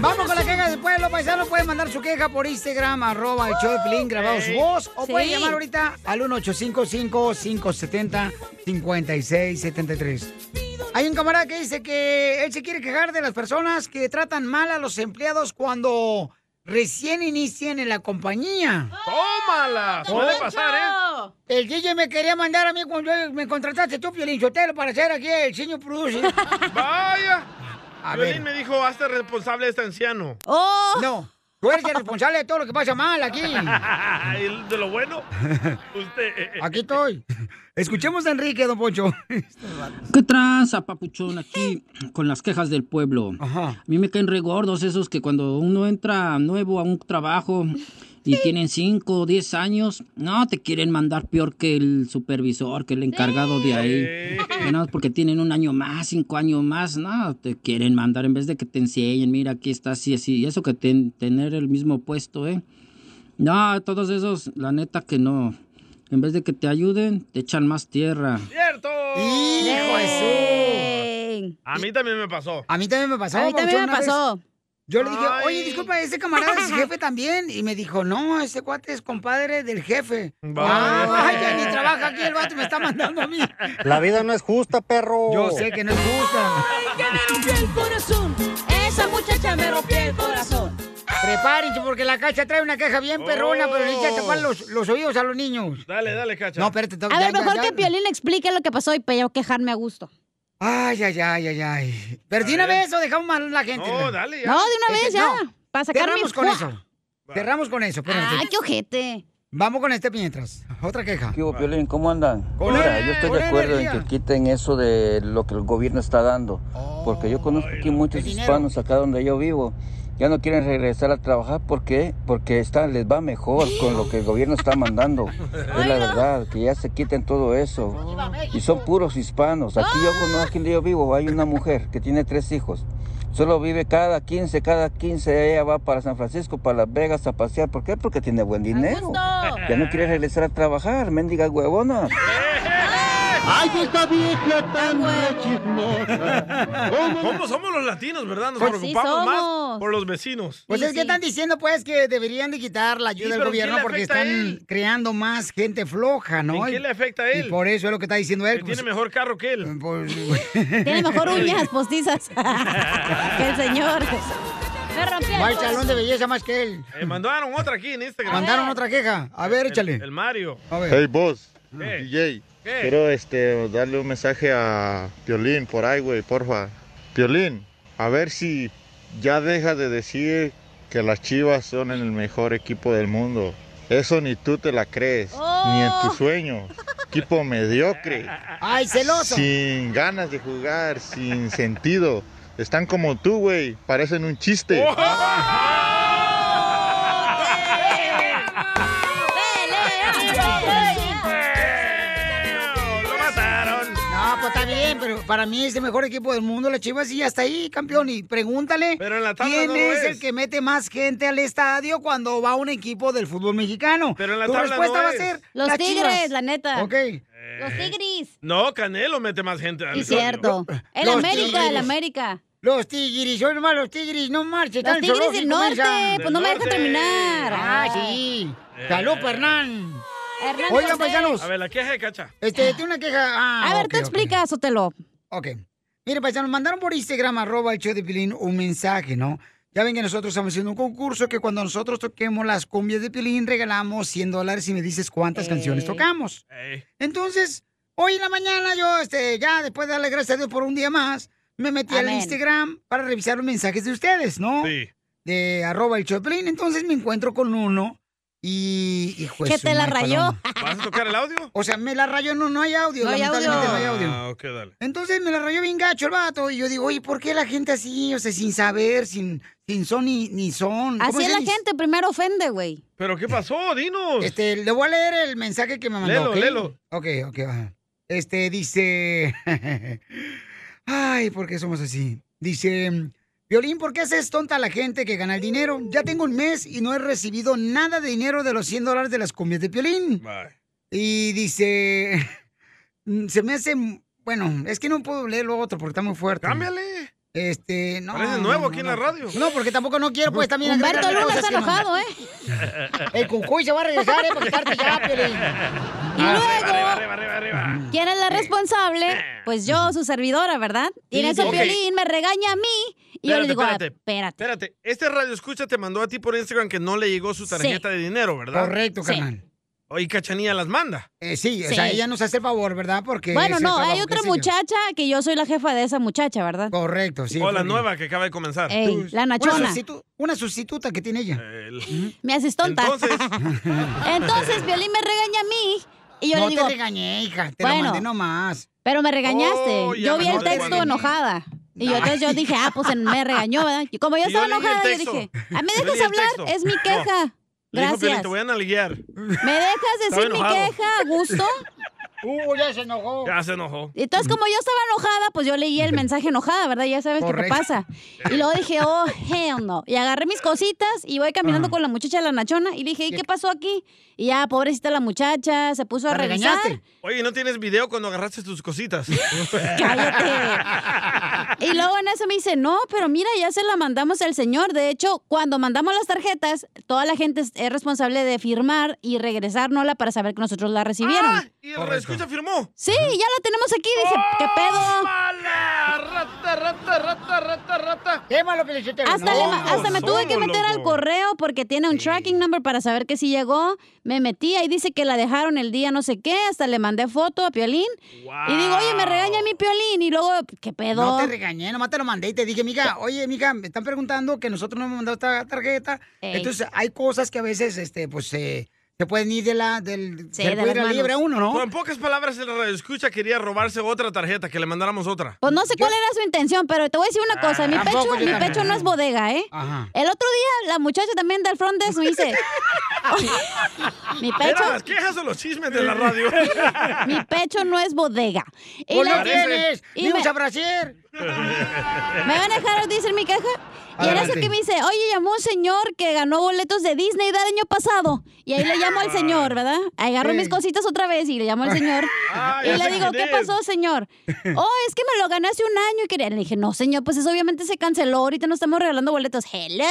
Vamos con la queja del pueblo, paisano. Pueden mandar su queja por Instagram, arroba el show de Piolín, grabado su voz. O Sí. pueden llamar ahorita al 1855-570-5673. Hay un camarada que dice que él se quiere quejar de las personas que tratan mal a los empleados cuando recién inician en la compañía. ¡Tómala! Suele pasar, ¿eh? ¿eh? El DJ me quería mandar a mí cuando me contrataste tú, Piolín Sotelo, para hacer aquí el señor producer. ¡Vaya! A Piolín ver. me dijo, hazte responsable de este anciano. Oh. No, tú eres el responsable de todo lo que pasa mal aquí. ¿Y de lo bueno? Usted. eh, Aquí estoy. Escuchemos a Enrique, don Poncho. ¿Qué traza, papuchón, aquí con las quejas del pueblo? A mí me caen regordos esos que cuando uno entra nuevo a un trabajo y tienen 5 o 10 años, no, te quieren mandar peor que el supervisor, que el encargado de ahí. Que nada más porque tienen un año más, cinco años más, no, te quieren mandar en vez de que te enseñen, mira, aquí está así, así. Y eso que ten- tener el mismo puesto, ¿eh? No, todos esos, la neta que no. En vez de que te ayuden, te echan más tierra. ¡Cierto! ¡Hijo Jesús! también. A mí también me pasó. A mí también me pasó. A mí Pabuchón, también me una vez. pasó. Yo le dije, Ay. oye, disculpa, ese camarada es jefe también. Y me dijo, no, ese cuate es compadre del jefe. Ah, vaya, ni trabaja aquí el vato, me está mandando a mí. La vida no es justa, perro. Yo sé que no es justa. Oh. Ay, que me rompió el corazón. Esa muchacha me rompió el corazón. Prepárense porque la cacha trae una queja bien perrona, pero necesita tapar los, los oídos a los niños. Oh. Dale, dale, cacha. No, espérate. to- A ya, ver, ya, mejor ya. que Piolín explique lo que pasó y para yo quejarme a gusto. Ay, ay, ay, ay, ay. Pero de una vez o dejamos mal a la gente. Este, No, dale, ya. No, de una vez, ya. Pa' sacarme- Cerramos con ¡Fua! eso. Cerramos con eso. espérate. Ay, qué ojete. Vamos con este mientras. Otra queja. ¿Qué hubo, Piolín? ¿Cómo andan? Con Mira, él, yo estoy con de acuerdo en energía. que quiten eso de lo que el gobierno está dando. Porque yo conozco aquí muchos hispanos acá donde yo vivo. Ya no quieren regresar a trabajar. ¿Por qué? Porque está, les va mejor con lo que el gobierno está mandando. Es la verdad, que ya se quiten todo eso. Y son puros hispanos. Aquí yo ¡Ah! conozco donde yo vivo. Hay una mujer que tiene tres hijos. Solo vive cada 15, cada 15 ella va para San Francisco, para Las Vegas a pasear. ¿Por qué? Porque tiene buen dinero. Ya no quiere regresar a trabajar, mendiga huevona. ¡Ah! ¡Ay, esta vieja tan chismosa! ¿Cómo somos los latinos, verdad? Nos Pues sí preocupamos somos. más por los vecinos. Pues es que están diciendo, pues, que deberían de quitar la Sí, ayuda del pero ¿en qué gobierno le porque afecta a están él? creando más gente floja, ¿no? ¿En qué Y- le afecta a él? Y por eso es lo que está diciendo él. pues. Que tiene mejor carro que él. Eh, Tiene mejor uñas postizas que el señor. Me rompí el Va el salón corazón. de belleza más que él. Eh, mandaron otra aquí en Instagram. Mandaron otra queja. A ver, échale. El Mario. Hey, vos, Eh, DJ. ¿Qué? Quiero este, darle un mensaje a Piolín por ahí, güey, porfa. Piolín, a ver si ya deja de decir que las chivas son el mejor equipo del mundo. Eso ni tú te la crees, ni en tu sueño. Equipo mediocre. Oh. ¡Ay, celoso! Sin ganas de jugar, sin sentido. Están como tú, güey. Parecen un chiste. Oh. ¡Lo mataron! No, pues está bien, pero para mí es el mejor equipo del mundo, las Chivas, y ya está ahí, campeón. Y pregúntale tabla quién no lo es, es. el que mete más gente al estadio cuando va un equipo del fútbol mexicano. Pero en la tu tabla respuesta no va a es. ser Los las Tigres, Chivas. la neta. Ok. Los Tigris. Eh, No, Canelo mete más gente. al Sí, estadio. cierto. El Los América, el Tigres. América. Los Tigris, yo nomás los Tigris, no marches. Los están en Tigres del zoológico, norte, mensa. pues no me deja terminar. Ah, sí. Salud, Hernán. Oigan, paisanos. Eh, A ver, la queja de cacha. Este, tengo una queja. A ver, tú explica, Sotelo. Ok. Mire, paisanos, mandaron por Instagram, arroba el show de Pilín, un mensaje, ¿no? Ya ven que nosotros estamos haciendo un concurso que cuando nosotros toquemos las cumbias de Pilín, regalamos 100 dólares y me dices cuántas canciones tocamos. Entonces, hoy en la mañana yo, este, ya después de darle gracias a Dios por un día más, me metí al Amén. Instagram para revisar los mensajes de ustedes, ¿no? Sí. De arroba el show de Piolín. Entonces me encuentro con uno y... hijo de Que su te la madre, rayó. paloma. ¿Vas a tocar el audio? O sea, me la rayó, no, no hay audio. No hay lamentablemente audio. no hay audio. Ah, ok, dale. Entonces me la rayó bien gacho el vato. Y yo digo, oye, ¿por qué la gente así? O sea, sin saber, sin, sin son ni, ni son. Así es la gente, primero ofende, güey. ¿Pero qué pasó? Dinos. Este, le voy a leer el mensaje que me mandó. Lelo, ¿ok? lelo. Ok, ok, va. Este dice. Ay, ¿por qué somos así? Dice. Violín, ¿por qué haces tonta a la gente que gana el dinero? Ya tengo un mes y no he recibido nada de dinero de los 100 dólares de las cumbias de Piolín. Y dice. Mm, Se me hace. Bueno, es que no puedo leer lo otro porque está muy fuerte. Cámbiale. Este, no. Parece nuevo aquí en la radio. No, porque tampoco no quiero, pues también. Humberto agregarle Luna cosas está que no. enojado, ¿eh? El Cucuy se va a regresar, ¿eh? Para quitarte ya, Piolín. Y luego, ¿quién es la responsable? Pues yo, su servidora, ¿verdad? Y en Sí, eso ok. Piolín me regaña a mí y yo le digo, "Ah, espérate. espérate. Este radio escucha te mandó a ti por Instagram que no le llegó su tarjeta de dinero, ¿verdad? Correcto, Sí. carnal. Oye, Cachanilla las manda. Eh, sí, o sea, ella nos hace el favor, ¿verdad? Porque. Bueno, es el no, trabajo hay que otra sigue. muchacha que yo soy la jefa de esa muchacha, ¿verdad? Correcto, sí. o la porque- nueva que acaba de comenzar. Ey, Tú- la Nachona. Una, sustitu- una sustituta que tiene ella. Me haces tonta. Entonces, Violín me regaña a mí y yo no le digo, te regañé, hija. Te Bueno. lo mandé nomás. pero me regañaste. Oh, ya yo me vi el acordé texto cuando- enojada. Y yo, No. entonces yo dije, ah, pues en- me regañó, ¿verdad? Y como yo Y yo estaba leí el enojada, yo texto. dije, a mí Yo leí dejas el hablar, texto. es mi No. queja. Le dijo, Piolín, Gracias. te voy a nalguear. ¿Me dejas Estaba decir mi enojado. queja a gusto? Uh, ya se enojó. Ya se enojó. Entonces, como yo estaba enojada, pues yo leí el mensaje enojada, ¿verdad? Ya sabes qué te Correcto. pasa. Y luego dije, oh, hell no. Y agarré mis cositas y voy caminando con la muchacha de la Nachona y le dije, ¿y qué pasó aquí? Y ya, pobrecita la muchacha, se puso a revisar. Oye, ¿no tienes video cuando agarraste tus cositas? Y luego en eso me dice, no, pero mira, ya se la mandamos al señor. De hecho, cuando mandamos las tarjetas, toda la gente es- es responsable de firmar y regresárnosla para saber que nosotros la recibieron. ¿Y el escucha firmó? Sí, ya la tenemos aquí. Dije, ¿qué pedo? Rata, rata, rata, rata, rata. Quémalo, Felicitero. Hasta, le ma- hasta me tuve que meter al correo porque tiene un tracking number para saber que sí llegó. Me metí, ahí dice que la dejaron el día no sé qué, hasta le mandé foto a Piolín. Y digo, oye, me regaña mi Piolín. Y luego, ¿qué pedo? No te regañé, nomás te lo mandé y te dije, mija, oye, mija, me están preguntando que nosotros no hemos mandado esta tarjeta. Ey. Entonces, hay cosas que a veces, este, pues, eh, se pueden ir de la, del, Sí, del cuello de la liebre a uno, Pero ¿no? en pocas palabras, el radioescucha quería robarse otra tarjeta, que le mandáramos otra. Pues no sé cuál era su intención, pero te voy a decir una Ah, cosa. Mi tampoco pecho, yo mi también. pecho no es bodega, ¿eh? Ajá. El otro día, la muchacha también del front desk me dice... mi pecho... ¿Eran las quejas o los chismes de la radio? Mi pecho no es bodega. Pues la- lo tienes, vimos a ¿Me van a dejar decir mi caja? Y en eso Adelante. que me dice, oye, llamó un señor que ganó boletos de Disney del año pasado. Y ahí le llamo al señor, ¿verdad? Agarro Sí. mis cositas otra vez y le llamo al señor. Ah, y ya le sé digo, quién ¿qué es". pasó, señor? Oh, es que me lo gané hace un año y quería. Le dije, no, señor, pues eso obviamente se canceló. Ahorita no estamos regalando boletos. Hello.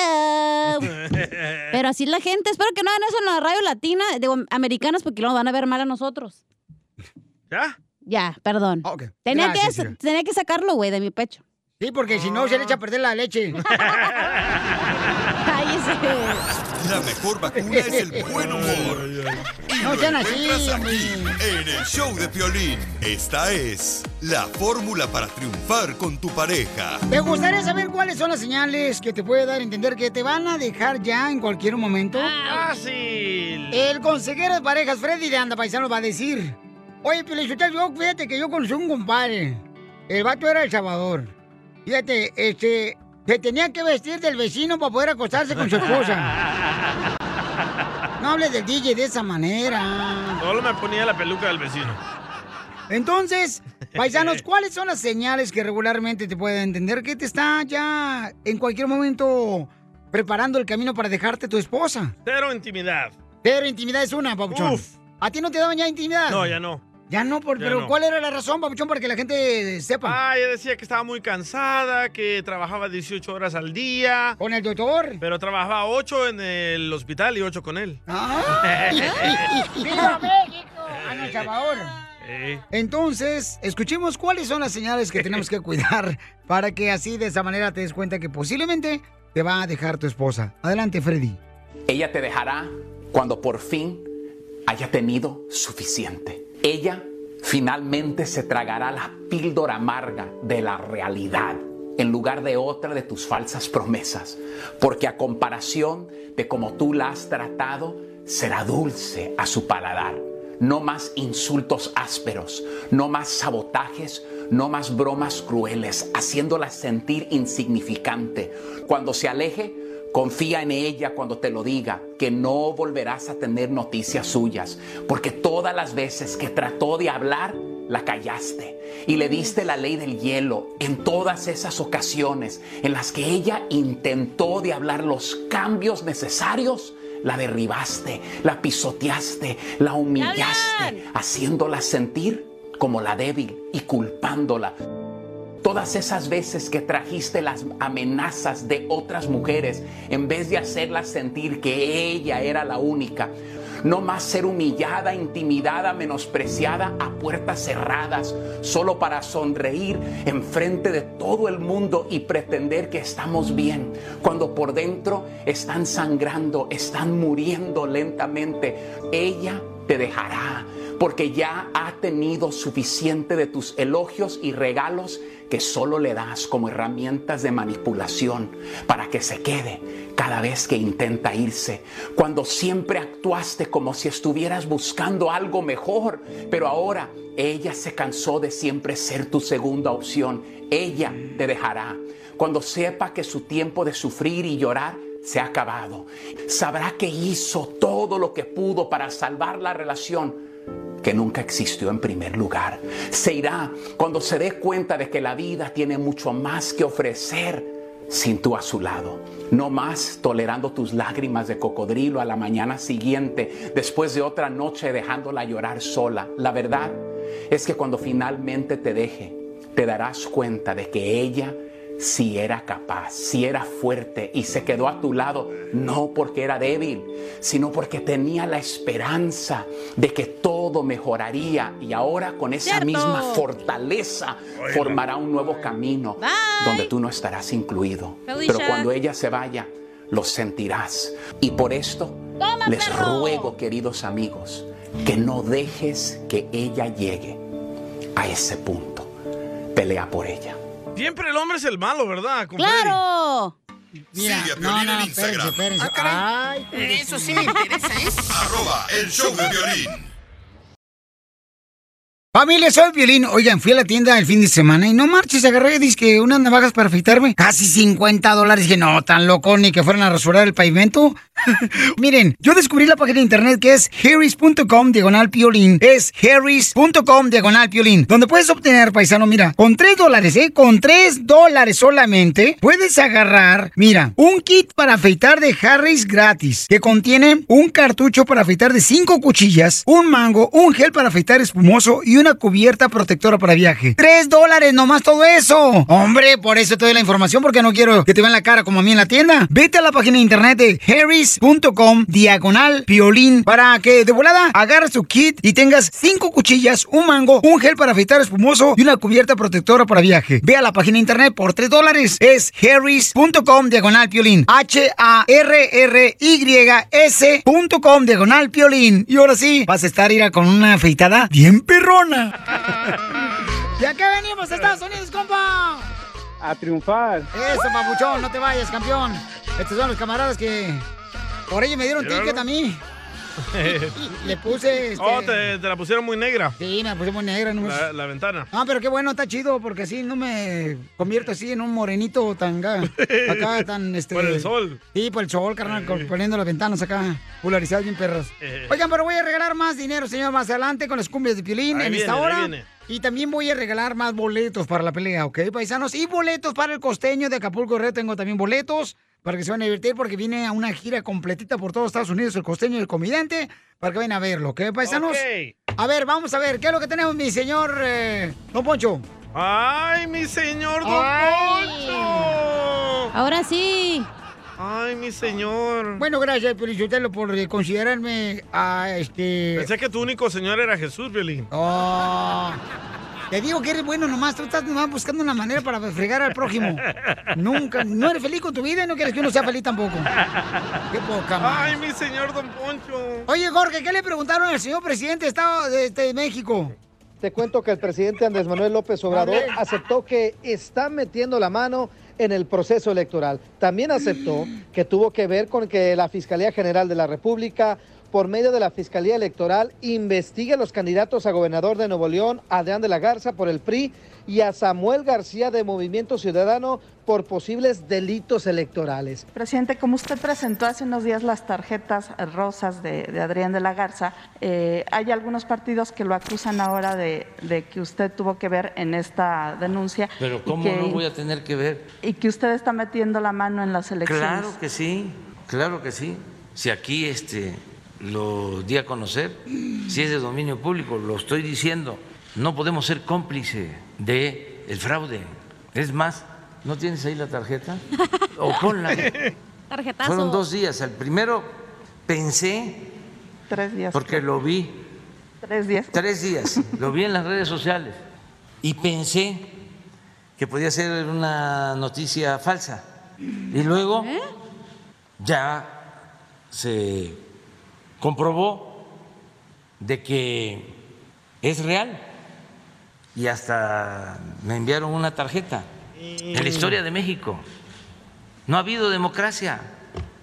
Pero así es la gente. Espero que no hagan eso en la radio latina, digo, americanas, porque luego van a ver mal a nosotros. ¿Ya? Ya, perdón. Oh, Tenía, Ah, Gracias, que, Sira. tenía que sacarlo, güey, de mi pecho. Sí, porque si no, se le echa a perder la leche. La mejor vacuna es el buen humor. Y No lo sean así, encuentras aquí, en el show de Piolín. Esta es la fórmula para triunfar con tu pareja. ¿Te gustaría saber cuáles son las señales que te puede dar a entender que te van a dejar ya en cualquier momento? ¡Fácil! El consejero de parejas, Freddy de Anda Paisano, va a decir: Oye, Pelichotel, yo fíjate que yo conocí un compadre. El vato era El Salvador. Fíjate, este, se tenía que vestir del vecino para poder acostarse con su esposa. No hables del DJ de esa manera. Solo me ponía la peluca del vecino. Entonces, paisanos, ¿cuáles son las señales que regularmente te pueden entender que te está ya en cualquier momento preparando el camino para dejarte tu esposa? Cero intimidad. Pero intimidad es una, Papuchón. Uf. ¿A ti no te daban ya intimidad? No, ya no. Ya no, por- Ya pero no. ¿cuál era la razón, Papuchón, para que la gente sepa? Ah, ella decía que estaba muy cansada, que trabajaba 18 horas al día. ¿Con el doctor? Pero trabajaba 8 en el hospital y 8 con él. ¡Viva México! ¡A El Salvador! Eh. Entonces, escuchemos cuáles son las señales que tenemos que cuidar para que así de esa manera te des cuenta que posiblemente te va a dejar tu esposa. Adelante, Freddy. Ella te dejará cuando por fin haya tenido suficiente. Ella finalmente se tragará la píldora amarga de la realidad en lugar de otra de tus falsas promesas, porque a comparación de como tú la has tratado, será dulce a su paladar. No más insultos ásperos, no más sabotajes, no más bromas crueles, haciéndola sentir insignificante. Cuando se aleje, confía en ella cuando te lo diga, que no volverás a tener noticias suyas, porque todas las veces que trató de hablar, la callaste y le diste la ley del hielo en todas esas ocasiones en las que ella intentó de hablar los cambios necesarios la derribaste, la pisoteaste, la humillaste, haciéndola sentir como la débil y culpándola. Todas esas veces que trajiste las amenazas de otras mujeres en vez de hacerlas sentir que ella era la única. No más ser humillada, intimidada, menospreciada a puertas cerradas, solo para sonreír enfrente de todo el mundo y pretender que estamos bien, cuando por dentro están sangrando, están muriendo lentamente. Ella te dejará, porque ya ha tenido suficiente de tus elogios y regalos que solo le das como herramientas de manipulación para que se quede cada vez que intenta irse, cuando siempre actuaste como si estuvieras buscando algo mejor, pero ahora ella se cansó de siempre ser tu segunda opción, ella te dejará, cuando sepa que su tiempo de sufrir y llorar se ha acabado. Sabrá que hizo todo lo que pudo para salvar la relación, que nunca existió en primer lugar. Se irá cuando se dé cuenta de que la vida tiene mucho más que ofrecer sin tú a su lado. No más tolerando tus lágrimas de cocodrilo a la mañana siguiente, después de otra noche dejándola llorar sola. La verdad es que cuando finalmente te deje, te darás cuenta de que ella si era capaz, si era fuerte y se quedó a tu lado, no porque era débil, sino porque tenía la esperanza de que todo mejoraría y ahora con esa Cierto. misma fortaleza Oiga. formará un nuevo camino donde tú no estarás incluido. Felicia. Pero cuando ella se vaya, lo sentirás. Y por esto Toma, les perro. ruego, queridos amigos, que no dejes que ella llegue a ese punto. Pelea por ella. Siempre el hombre es el malo, ¿verdad? ¡Claro! Sigue a Piolín en Instagram. Ah, Eso sí me interesa, ¿eh? Arroba el show de violín. Familia, soy Violín. Oigan, fui a la tienda el fin de semana y no marches, agarré, dizque unas navajas para afeitarme. Casi 50 dólares. Dije, no, tan loco, ni que fueran a rasurar el pavimento. Miren, yo descubrí la página de internet que es harris.com diagonal piolín. Es harris.com diagonal piolín. Donde puedes obtener, paisano, mira, con 3 dólares, ¿eh? Con 3 dólares solamente, puedes agarrar, mira, un kit para afeitar de Harris gratis, que contiene un cartucho para afeitar de 5 cuchillas, un mango, un gel para afeitar espumoso y una cubierta protectora para viaje. 3 dólares nomás todo eso. Hombre, por eso te doy la información porque no quiero que te vean la cara como a mí en la tienda. Vete a la página de internet de harris.com diagonal piolín para que de volada agarres tu kit y tengas 5 cuchillas, un mango, un gel para afeitar espumoso y una cubierta protectora para viaje. Ve a la página de internet por 3 dólares. Es harris.com diagonal piolín. H-A-R-R-Y-S.com diagonal piolín. Y ahora sí, vas a estar ira con una afeitada bien perrona. ¿Y a qué venimos, Estados Unidos, compa? A triunfar. Eso, papuchón, no te vayas, campeón. Estos son los camaradas que por ello me dieron Míralo. ticket a mí. Le puse. este, Oh, te, te la pusieron muy negra. Sí, me la pusieron negra. No me- La, la ventana. Ah, pero qué bueno, está chido, porque así no me convierto así en un morenito tan ga- acá, tan este. Por el sol. Eh. Sí, por el sol, carnal, con- poniendo las ventanas acá, polarizadas bien perras. Eh. Oigan, pero voy a regalar más dinero, señor, más adelante con las cumbias de Piolín Ahí en viene, esta ahí hora. viene. Y también voy a regalar más boletos para la pelea, ¿ok, paisanos? Y boletos para el costeño de Acapulco Guerrero. Tengo también boletos para que se van a divertir porque viene a una gira completita por todos Estados Unidos el costeño y el comediante para que vayan a verlo, ¿ok, paisanos? A ver, vamos a ver, ¿qué es lo que tenemos, mi señor eh, Don Poncho? ¡Ay, mi señor Don Poncho! Ahora sí. Ay, mi señor. Bueno, gracias, Pelichotelo, por eh, considerarme a este. Pensé que tu único señor era Jesús, Violín. Oh. Te digo que eres bueno nomás, tú estás nomás buscando una manera para fregar al prójimo. Nunca, no eres feliz con tu vida y no quieres que uno sea feliz tampoco. Qué poca madre. ¡Ay, mi señor Don Poncho! Oye, Jorge, ¿qué le preguntaron al señor presidente de Estado de, este, de México? Te cuento que el presidente Andrés Manuel López Obrador Dale. aceptó que está metiendo la mano en el proceso electoral. También aceptó que tuvo que ver con que la Fiscalía General de la República, por medio de la Fiscalía Electoral, investigue a los candidatos a gobernador de Nuevo León, Adrián de la Garza por el PRI y a Samuel García de Movimiento Ciudadano por posibles delitos electorales. Presidente, como usted presentó hace unos días las tarjetas rosas de, de Adrián de la Garza, eh, hay algunos partidos que lo acusan ahora de, de que usted tuvo que ver en esta denuncia. Pero y ¿cómo que- no voy a tener que ver? Y que usted está metiendo la mano en las elecciones. Claro que sí, claro que sí. Si aquí este lo di a conocer, si es de dominio público, lo estoy diciendo, no podemos ser cómplice de el fraude. Es más, ¿no tienes ahí la tarjeta? O ponla. Tarjetazo. Fueron dos días. El primero pensé, Tres días. porque lo vi, Tres días. tres días, lo vi en las redes sociales y pensé que podía ser una noticia falsa. Y luego ya se comprobó de que es real y hasta me enviaron una tarjeta en la historia de México. No ha habido democracia.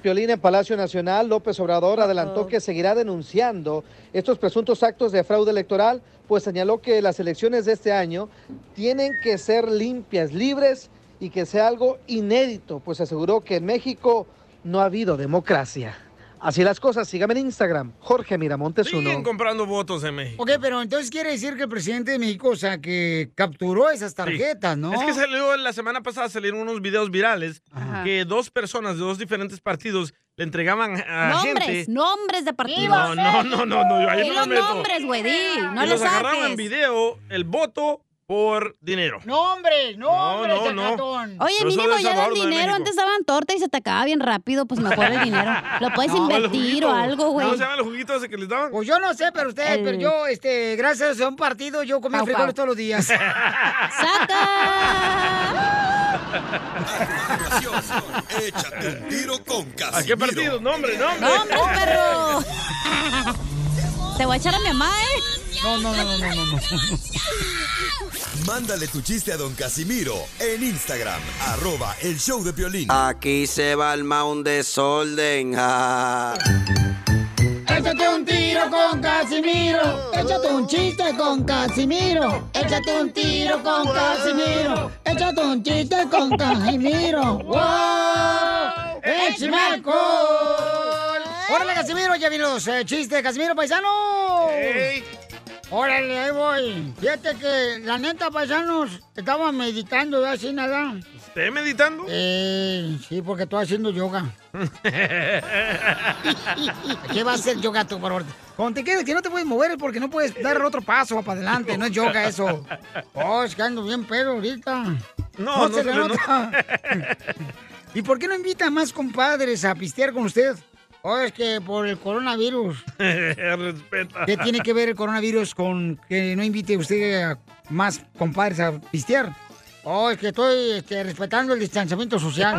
Piolín en Palacio Nacional, López Obrador adelantó que seguirá denunciando estos presuntos actos de fraude electoral, pues señaló que las elecciones de este año tienen que ser limpias, libres y que sea algo inédito, pues aseguró que en México no ha habido democracia. Así las cosas, sígame en Instagram, Jorge Miramontes Siguen 1. comprando votos en México. Ok, pero entonces quiere decir que el presidente de México, o sea, que capturó esas tarjetas, ¿no? Es que salió la semana pasada salieron unos videos virales Ajá. que dos personas de dos diferentes partidos le entregaban a nombres, gente. nombres de partidos. Ah, No, no, no, no, no, yo ahí Di no los me meto. nombres, güey, di, no y le los agarraban en saques. video el voto por dinero. No, hombre, No, no, no. sacatón. Oye, Pero eso mínimo de ya dan Salvador, no de dinero. México. Antes daban torta y se te acababa bien rápido, pues mejor el dinero. Lo puedes No, el invertir juguito. o algo, güey. ¿Cómo se llaman los juguitos ese que les daban? Pues yo no sé, pero ustedes, El- pero yo, este, gracias a un partido, yo comía Pau, frijoles pau. todos los días. Échate un tiro con Casimiro. ¿A qué partido? Nombre, nombre. ¡Nombres, perro! Te voy a echar a mi mamá, ¿eh? No, no, no, no, no. Mándale tu chiste a don Casimiro en Instagram, arroba el show de violín. Aquí se va el mound desorden. Échate un tiro con Casimiro. Échate un chiste con Casimiro. Échate un tiro con Casimiro. Échate un chiste con Casimiro. ¡Wow! ¡Échame alcohol! ¡Órale, Casimiro! Ya vienen los eh, chistes. ¡Casimiro, paisano! Ey. ¡Órale, ahí voy! Fíjate que, la neta, paisanos, estaba meditando ya así nada. ¿Esté meditando? Eh, sí, porque estoy haciendo yoga. Eh. ¿Qué va a hacer yoga tú, por favor? Cuando te quedes que no te puedes mover es porque no puedes dar otro paso para adelante. No es Ah, yoga eso. Oh, es que ando bien pedo ahorita. No, no se se le le nota. ¿Y por qué no invita a más compadres a pistear con usted? Oh, es que por el coronavirus. Respeta. ¿Qué tiene que ver el coronavirus con que no invite usted a más compadres a pistear? Oh, es que estoy este, respetando el distanciamiento social.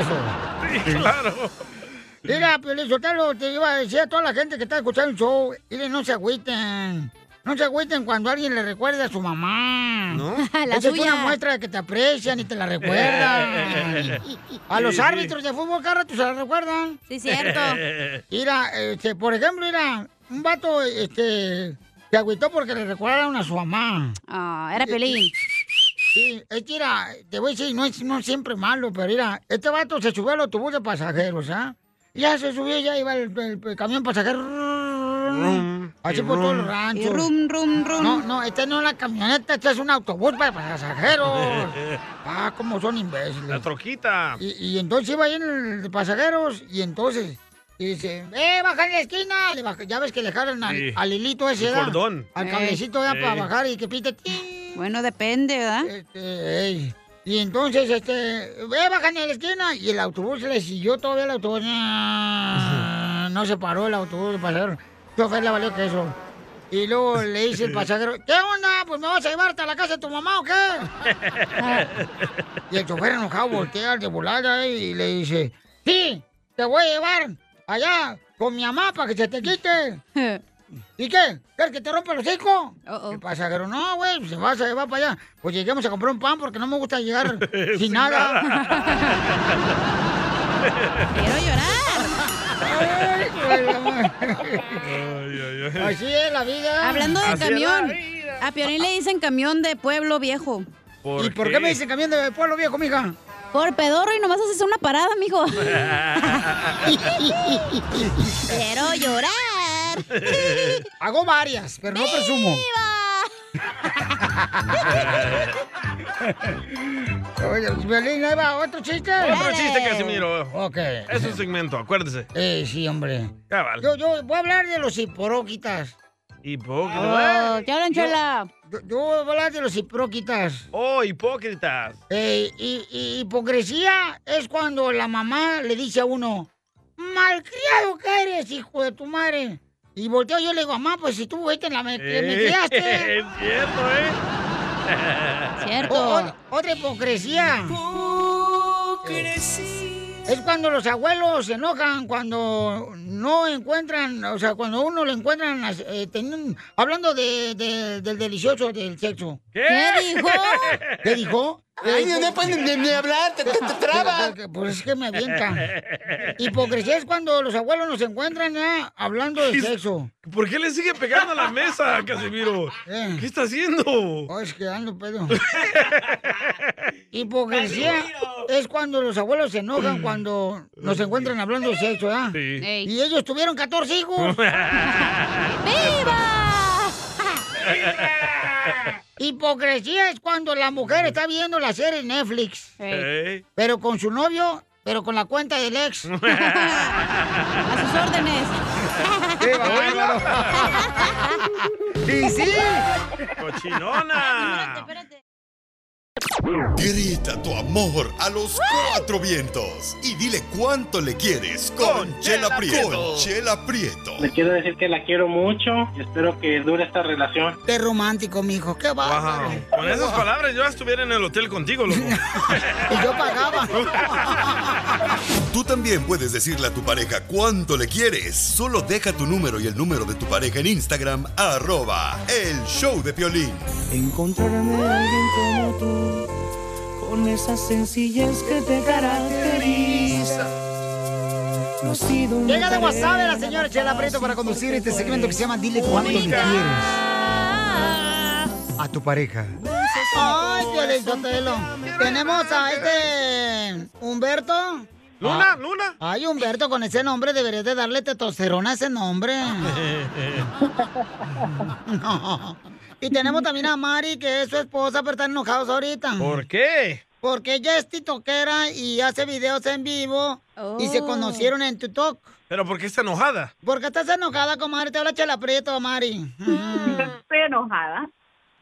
eso? Sí, claro. Mira, Piolín Sotelo, te iba a decir a toda la gente que está escuchando el show, dile, no se agüiten. No se agüiten cuando alguien le recuerda a su mamá. ¿No? Esa La es suya. una muestra de que te aprecian y te la recuerdan. a los árbitros de fútbol, cada rato se la recuerdan. Sí, cierto. Mira, este, por ejemplo, mira, un vato este, se agüitó porque le recordaron a su mamá. Ah, era Piolín. Sí, es que mira, te voy a decir, no es no es siempre malo, pero mira, este vato se subió al autobús de pasajeros, ¿ah? Ya se subió, ya iba el, el- el camión pasajero. Así y por todo el rum. rancho. Y rum, rum, rum. No, no, esta no es la camioneta, este es un autobús para pasajeros. Ah, cómo son imbéciles. La troquita. Y, y entonces iba ahí en el de pasajeros y entonces y dice, eh, baja en la esquina. Le baja- ya ves que le jalan al, Sí. al hilito ese, El ¿da? cordón. Al Ey. cablecito ya Ey. para bajar y que pite. Bueno, depende, ¿verdad? y entonces, este, eh, baja en la esquina y el autobús le siguió todavía el autobús. No, no se paró el autobús, el pasajero. Chofer le valió queso. Y luego le dice el pasajero, ¿qué onda? Pues me vas a llevarte a la casa de tu mamá o qué? Y el chofer enojado voltea de volada eh, y le dice, sí, te voy a llevar allá con mi mamá para que se te quite. ¿Y qué? ¿Quieres que te rompa el hocico? El pasajero, no, güey, pues, se vas a llevar para allá. Pues lleguemos a comprar un pan porque no me gusta llegar sin, nada. Quiero Ay, güey, la madre. eh. Así es la vida. Hablando de Así es la camión, a Piolín le dicen camión de pueblo viejo. ¿Y por qué me dicen camión de pueblo viejo, mija? Por pedorro y nomás haces una parada, mijo. Quiero llorar. Hago varias, pero no presumo. Oye, Violín, ahí va, otro chiste. Otro chiste, Casimiro. Ok. Es un segmento, acuérdese. Eh, sí, hombre. Cabal. Yo, yo voy a hablar de los hipóquitas. Oh. Hipócrita. ¿Qué hablan, Yo, yo voy a hablar de los hipóquitas. Oh, hipócritas. Eh, y, y hipocresía es cuando la mamá le dice a uno, malcriado que eres, hijo de tu madre. Y volteo yo y le digo, mamá, pues si tú vete en la me, me criaste. Es cierto, ¿eh? O- o- otra hipocresía. Eh, Es cuando los abuelos se enojan cuando no encuentran, o sea, cuando uno lo encuentran eh, teniendo- hablando de- de- del delicioso del sexo. ¿Qué? ¿Qué dijo? ¿Qué dijo? Ay, no, no puedes ni- ni hablar, te- te- te trabas. Pues es que me avientan. Hipocresía es cuando los abuelos nos encuentran ya hablando de sexo. ¿Por qué le sigue pegando a la mesa, Casimiro? Eh. ¿Qué está haciendo? Oh, es que ando pedo. Hipocresía. es cuando los abuelos se enojan cuando nos encuentran hablando de sexo, ¿ah? Ey. Y ellos tuvieron 14 hijos. ¡Viva! Hipocresía es cuando la mujer está viendo la serie en Netflix. Ey. Pero con su novio, pero con la cuenta del ex. A sus órdenes. ¡Qué bárbaro! ¡Y sí! ¡Cochinona! Grita tu amor a los cuatro vientos y dile cuánto le quieres con Chela Prieto. Con Chela Prieto. Le quiero decir que la quiero mucho y espero que dure esta relación. Qué romántico, mijo. Qué bárbaro. Wow. Con esas palabras yo estuviera en el hotel contigo, loco. Y yo pagaba. Tú también puedes decirle a tu pareja cuánto le quieres. Solo deja tu número y el número de tu pareja en Instagram, arroba el show de Piolín. Encontrarme a alguien como tú, con esa sencillez que te caracteriza. No ha sido un Llega de interés, WhatsApp la señora Chela Prieto para conducir este segmento que se llama Dile cuánto le quieres. A tu pareja. Ay, Piolín Sotelo. Tenemos a este Humberto. Luna, Luna. Ay, Humberto, con ese nombre deberías de darle testosterona a ese nombre. No. Y tenemos también a Mari, que es su esposa, pero están enojados ahorita. ¿Por qué? Porque ella es titoquera y hace videos en vivo y se Oh. conocieron en TikTok. ¿Pero por qué está enojada? ¿Por qué estás enojada, comadre? Te habla Chela Prieto, Mari. Estoy enojada.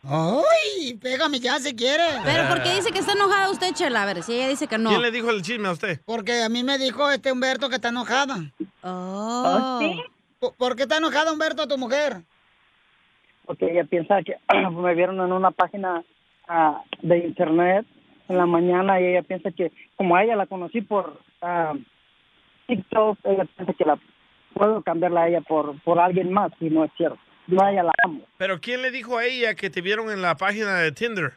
¡Ay! Pégame ya si quieres. Pero ¿por qué dice que está enojada usted, Chela? A ver, si ella dice que no. ¿Quién le dijo el chisme a usted? Porque a mí me dijo este Humberto que está enojada. ¿Ah, Oh. ¿Sí? ¿Por, por qué está enojada Humberto, tu mujer? Porque ella piensa que me vieron en una página ah, de internet en la mañana y ella piensa que, como a ella la conocí por ah, TikTok, ella piensa que la puedo cambiarla a ella por, por alguien más y no es cierto. Yo a ella la amo. ¿Pero quién le dijo a ella que te vieron en la página de Tinder?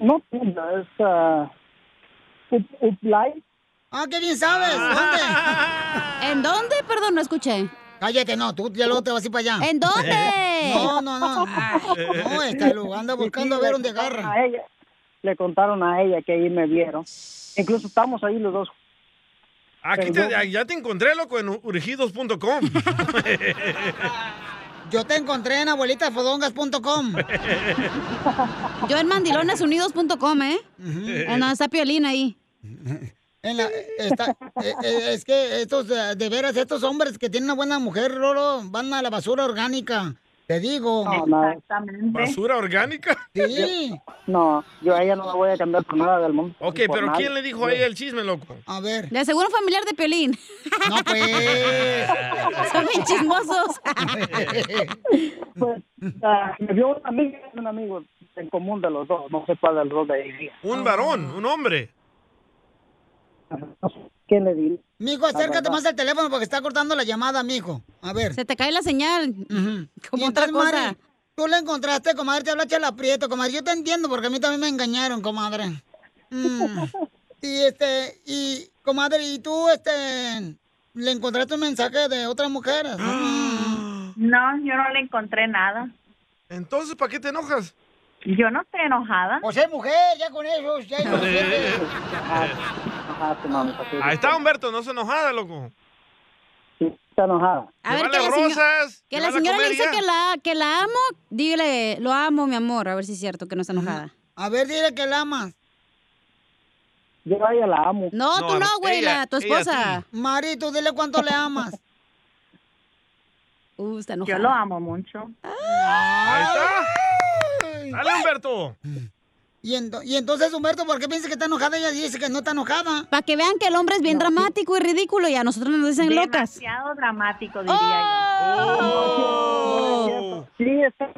No, no, es ah, Up, Up Live. Ah, qué bien sabes. ¿Dónde? ¿En dónde? Perdón, no escuché. Cállate, no, tú ya luego te vas a ir para allá. ¿En dónde? No, no, no. No, está loco, anda buscando a ver dónde agarra. A ella, le contaron a ella que ahí me vieron. Incluso estamos ahí los dos. Aquí te, Perdón. ya te encontré, loco, en urgidos.com. Yo te encontré en abuelitafodongas.com. Yo en mandilonesunidos.com, ¿eh? Ah, no, está Piolín ahí. En la- está- eh, eh, es que estos, eh, de veras, estos hombres que tienen una buena mujer, Rolo, van a la basura orgánica. Te digo. No, no. ¿Basura orgánica? Sí. No, yo a ella no la voy a cambiar por nada del mundo. Ok, Por pero nada. ¿quién le dijo a ella el chisme, loco? A ver. Le aseguro un familiar de Piolín. No, pues. Son bien chismosos. Pues, ah, me vio una amiga y un amigo en común de los dos. No sé cuál del dos de ella. Un varón, un hombre. ¿Quién le dijo? Mijo, acércate Ah, más al teléfono porque está cortando la llamada, mijo. A ver. Se te cae la señal. Como otra cosa. Tú la encontraste, comadre, te habla Chela Prieto, comadre. Yo te entiendo porque a mí también me engañaron, comadre. Mm. Y este, y comadre, y tú, este, le encontraste un mensaje de otras mujeres. No, yo no le encontré nada. Entonces, ¿para qué te enojas? Yo no estoy enojada. Pues es mujer, ya con eso, ya es Eh. Ahí está Humberto, no se enojada, loco. Está enojada. A ver, Llévale que la, seño- rosas, que la llévala a señora le comer dice ya. que la, que la amo, dile, lo amo, mi amor, a ver si es cierto que no está enojada. A ver, dile que la amas. Yo a ella la amo. No, Oh, tú no, güey, la- tu esposa. Mari, tú dile cuánto le amas. Uh, está Yo enojada. lo amo mucho. Ahí está. Dale, Humberto. Y, ento- y entonces, Humberto, ¿por qué piensas que está enojada? Ella dice que no está enojada. Para que vean que el hombre es bien dramático y ridículo y a nosotros nos dicen locas. Demasiado dramático, diría Sí, está.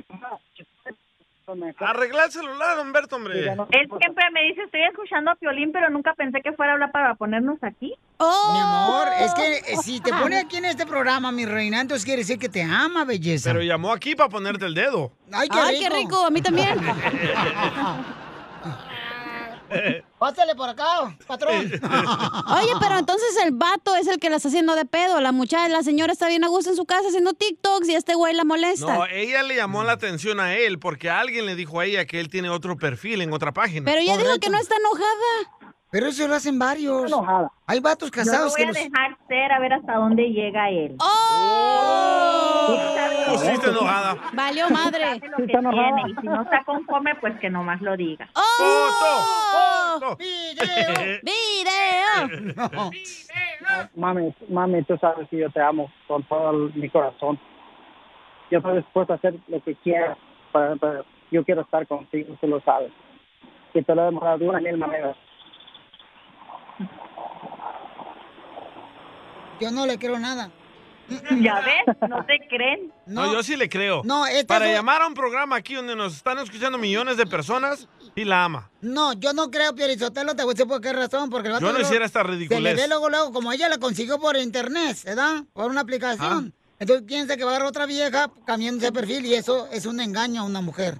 Arregla el celular, Humberto, hombre. yo. Él siempre me dice, estoy escuchando a Piolín, pero nunca pensé que fuera a hablar para ponernos aquí. ¡Oh! Mi amor, es que eh, si te pone aquí en este programa, mi reina, entonces quiere decir que te ama, belleza. Pero llamó aquí para ponerte el dedo. Ay, qué rico. a mí también. Pásale por acá, patrón. Oye, pero entonces el vato es el que la está haciendo de pedo. La muchacha, la señora está bien a gusto en su casa haciendo TikToks y este güey la molesta. No, ella le llamó la atención a él porque alguien le dijo a ella que él tiene otro perfil en otra página. pero ella dijo que no está enojada. Pero eso lo hacen varios. enojada. Hay vatos casados Yo que lo los... voy a dejar ser a ver hasta dónde llega él. Oh, sí está enojada. Valió madre. Lo que tiene, y si no está conforme, pues que nomás lo diga. ¡Oh! ¡Foto! ¡Video! ¡Video! Mami, mami, tú sabes que yo te amo con todo el- mi corazón. Yo estoy dispuesto a hacer lo que quieras. Para, para- yo quiero estar contigo, tú lo sabes. Y te lo he demostrado de una mil maneras. Yo no le creo nada. ¿Ya ves? No te creen. No, yo sí le creo. No, este Para es un- llamar a un programa aquí donde nos están escuchando millones de personas, sí la ama. No, yo no creo, Piorizotelo, te voy a decir por qué razón, porque el vato Yo no luego- hiciera esta Se le ridiculez. ve luego, luego, como ella la consiguió por internet, ¿verdad? Por una aplicación. Entonces piensa que va a agarrar otra vieja cambiando ese perfil y eso es un engaño a una mujer.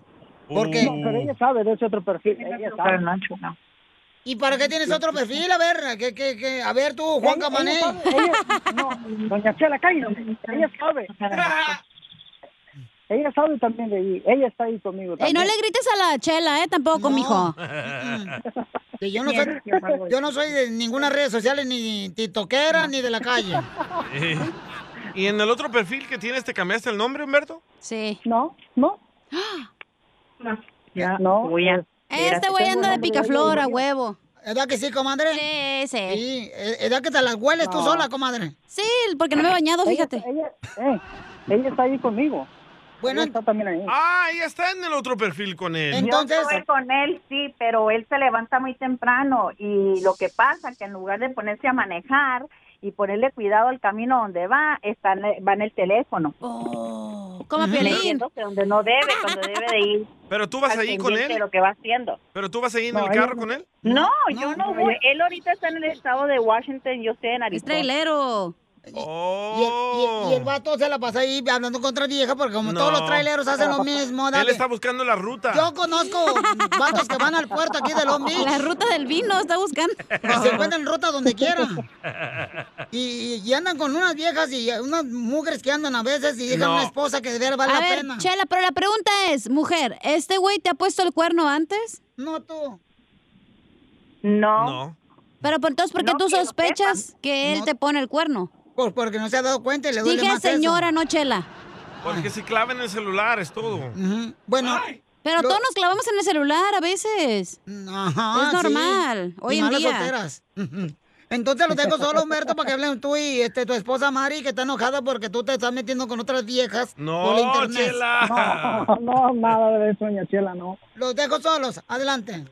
Porque... Uh. No, pero ella sabe de ese otro perfil. Ella sabe. ¿Y para qué tienes otro perfil? A ver, ¿qué, qué, qué? A ver tú, Juan Ella- Camané. ella sabe, ella- no, doña Chela, cállate. Ella sabe. Ella sabe también de ahí. Ella está ahí conmigo Ey, también. no le grites a la chela, ¿eh? Tampoco, mijo. Que yo no soy, yo no soy de ninguna red social, ni titoquera, ni de la calle. Eh, ¿Y en el otro perfil que tienes te cambiaste el nombre, Humberto? Sí. No, no. Ya, no. voy a- Este güey anda de picaflor a huevo. ¿Edad que sí, comadre? Sí, sí. Sí, e-, ¿edad que te las hueles tú sola, comadre? Sí, porque no me he bañado, fíjate. Eh, ella está ahí conmigo. Bueno, ella está también ahí. Ah, ella está en el otro perfil con él. Yo estuve con él, sí, pero él se levanta muy temprano y lo que pasa que en lugar de ponerse a manejar y ponerle cuidado al camino donde va, está en el- va en el teléfono. Oh, como Piolín. Metiéndose Donde no debe, cuando debe de ir. Pero tú vas al ahí con pendiente de él. lo que va haciendo. Pero tú vas ahí en No, el ella carro no. con él. No, yo no voy. Él ahorita está en el estado de Washington, yo estoy en Arizona. trailero. Y el, y- y Oh. el vato se la pasa ahí hablando contra vieja porque como todos los traileros hacen lo mismo, Él dale. está buscando la ruta. Yo conozco vatos que van al puerto aquí de Long Beach. La ruta del vino está buscando. Se encuentran ruta donde quiera. Y, y- y andan con unas viejas y unas mugres que andan a veces y dejan No. una esposa que de veras vale a la ver, pena. Chela, pero la pregunta es, mujer, ¿este güey te ha puesto el cuerno antes? No, tú. No. No. Pero pues, entonces, ¿por qué tú sospechas que él te pone el cuerno? Pues porque no se ha dado cuenta y le duele Dije más eso. señora, no Chela. Porque se clava en el celular, es todo. Bueno. Pero todos nos clavamos en el celular a veces. Ajá, es Ah, sí. normal, hoy y en más las día. solteras. Entonces lo dejo solo, Humberto, para que hablen tú y este, tu esposa Mari, que está enojada porque tú te estás metiendo con otras viejas No, por internet. Chela. No, no, nada de eso, doña Chela, no. Los dejo solos, adelante.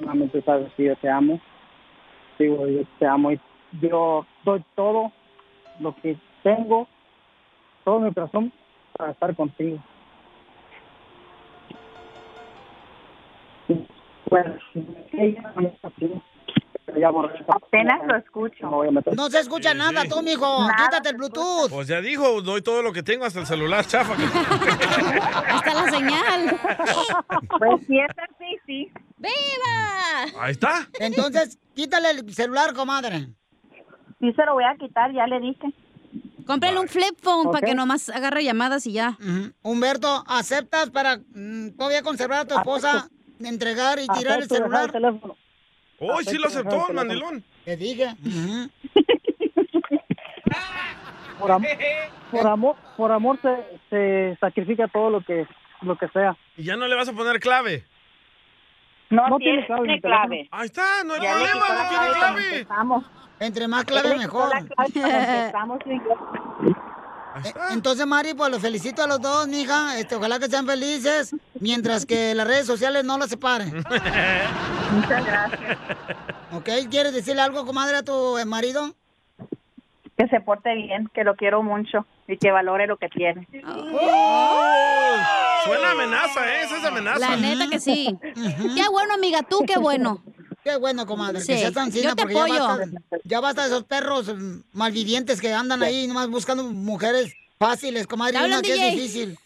Mami, tú sabes que yo te amo. Digo, yo te amo y yo doy todo lo que tengo, todo mi corazón para estar contigo. Bueno, ella no está contigo, pero ya borré esa- Apenas lo escucho. No voy a meter. No se escucha Sí, nada, sí. tú, mijo. Quítate el Bluetooth. Pues ya dijo, doy todo lo que tengo hasta el celular, chafa. que- Hasta la señal. Pues si es así, sí. ¡Viva! Ahí está. Entonces, quítale el celular, comadre. Sí se lo voy a quitar, ya le dije. Cómprale un flip phone Ok. para que nomás agarre llamadas y ya. Humberto, ¿aceptas para mm, todavía conservar a tu esposa, entregar y tirar el Acepto dejar celular? el teléfono. Hoy sí lo aceptó, el mandilón. Te dije. Por, am- por amor, por amor se, se sacrifica todo lo que, lo que sea. Y ya no le vas a poner clave. No, sí, tiene clave, tiene clave. Ahí está, no hay Ya le problema, quitó la no tiene clave cuando clave. empezamos. Entre más clave, Él le quitó mejor. la clave cuando empezamos, sí, yo- Eh, Entonces, Mari, pues los felicito a los dos, mija. Este, ojalá que sean felices, mientras que las redes sociales no las separen. Muchas gracias. ¿Ok? ¿Quieres decirle algo, comadre, a tu eh, marido? Que se porte bien, que lo quiero mucho y que valore lo que tiene. Oh, ¡Oh! Suena amenaza, ¿eh? Esa es amenaza. La neta que sí. Qué bueno, amiga, tú qué bueno. Qué bueno, comadre, Sí, que seas tan yo fina, te porque ya apoyo. basta, ya basta de esos perros mm, malvivientes que andan ahí nomás buscando mujeres fáciles, comadre, Te y una hablan, que es DJ. difícil.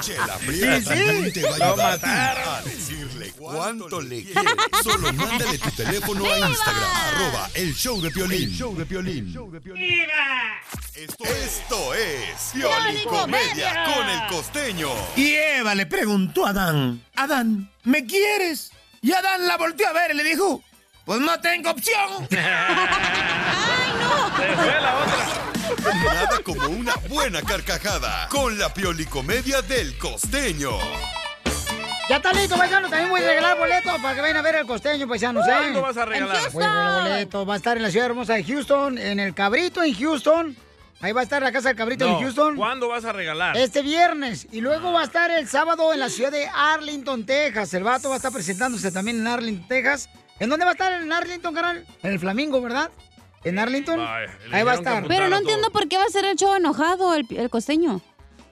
Chela Prieto Sí, sí. también te va a Lo ayudar a ti mataron. a decirle cuánto le quieres. Solo mándale tu teléfono a Instagram, arroba el show de Piolín. show de Esto, esto es Pioli Comedia con el costeño. Y Eva le preguntó a Adán, Adán, ¿me quieres? Y Adán la volteó a ver y le dijo, pues no tengo opción. Ah, ¡Ay, no! Nada como una buena carcajada con la Pioli Comedia del costeño. Ya está listo, paisano. También voy a regalar boletos para que vayan a ver el costeño, paisanos. ¿eh? ¿Cuándo vas a regalar? En Voy a regalar Houston. boletos. Va a estar en la ciudad hermosa de Houston, en el Cabrito, en Houston. Ahí va a estar la casa del Cabrito No, en Houston. ¿Cuándo vas a regalar? Este viernes. Y luego va a estar el sábado en la ciudad de Arlington, Texas. El vato va a estar presentándose también en Arlington, Texas. ¿En dónde va a estar en Arlington, carnal? En el Flamingo, ¿verdad? En Arlington. Ahí va a estar. Pero no entiendo por qué va a ser el show enojado el, el costeño.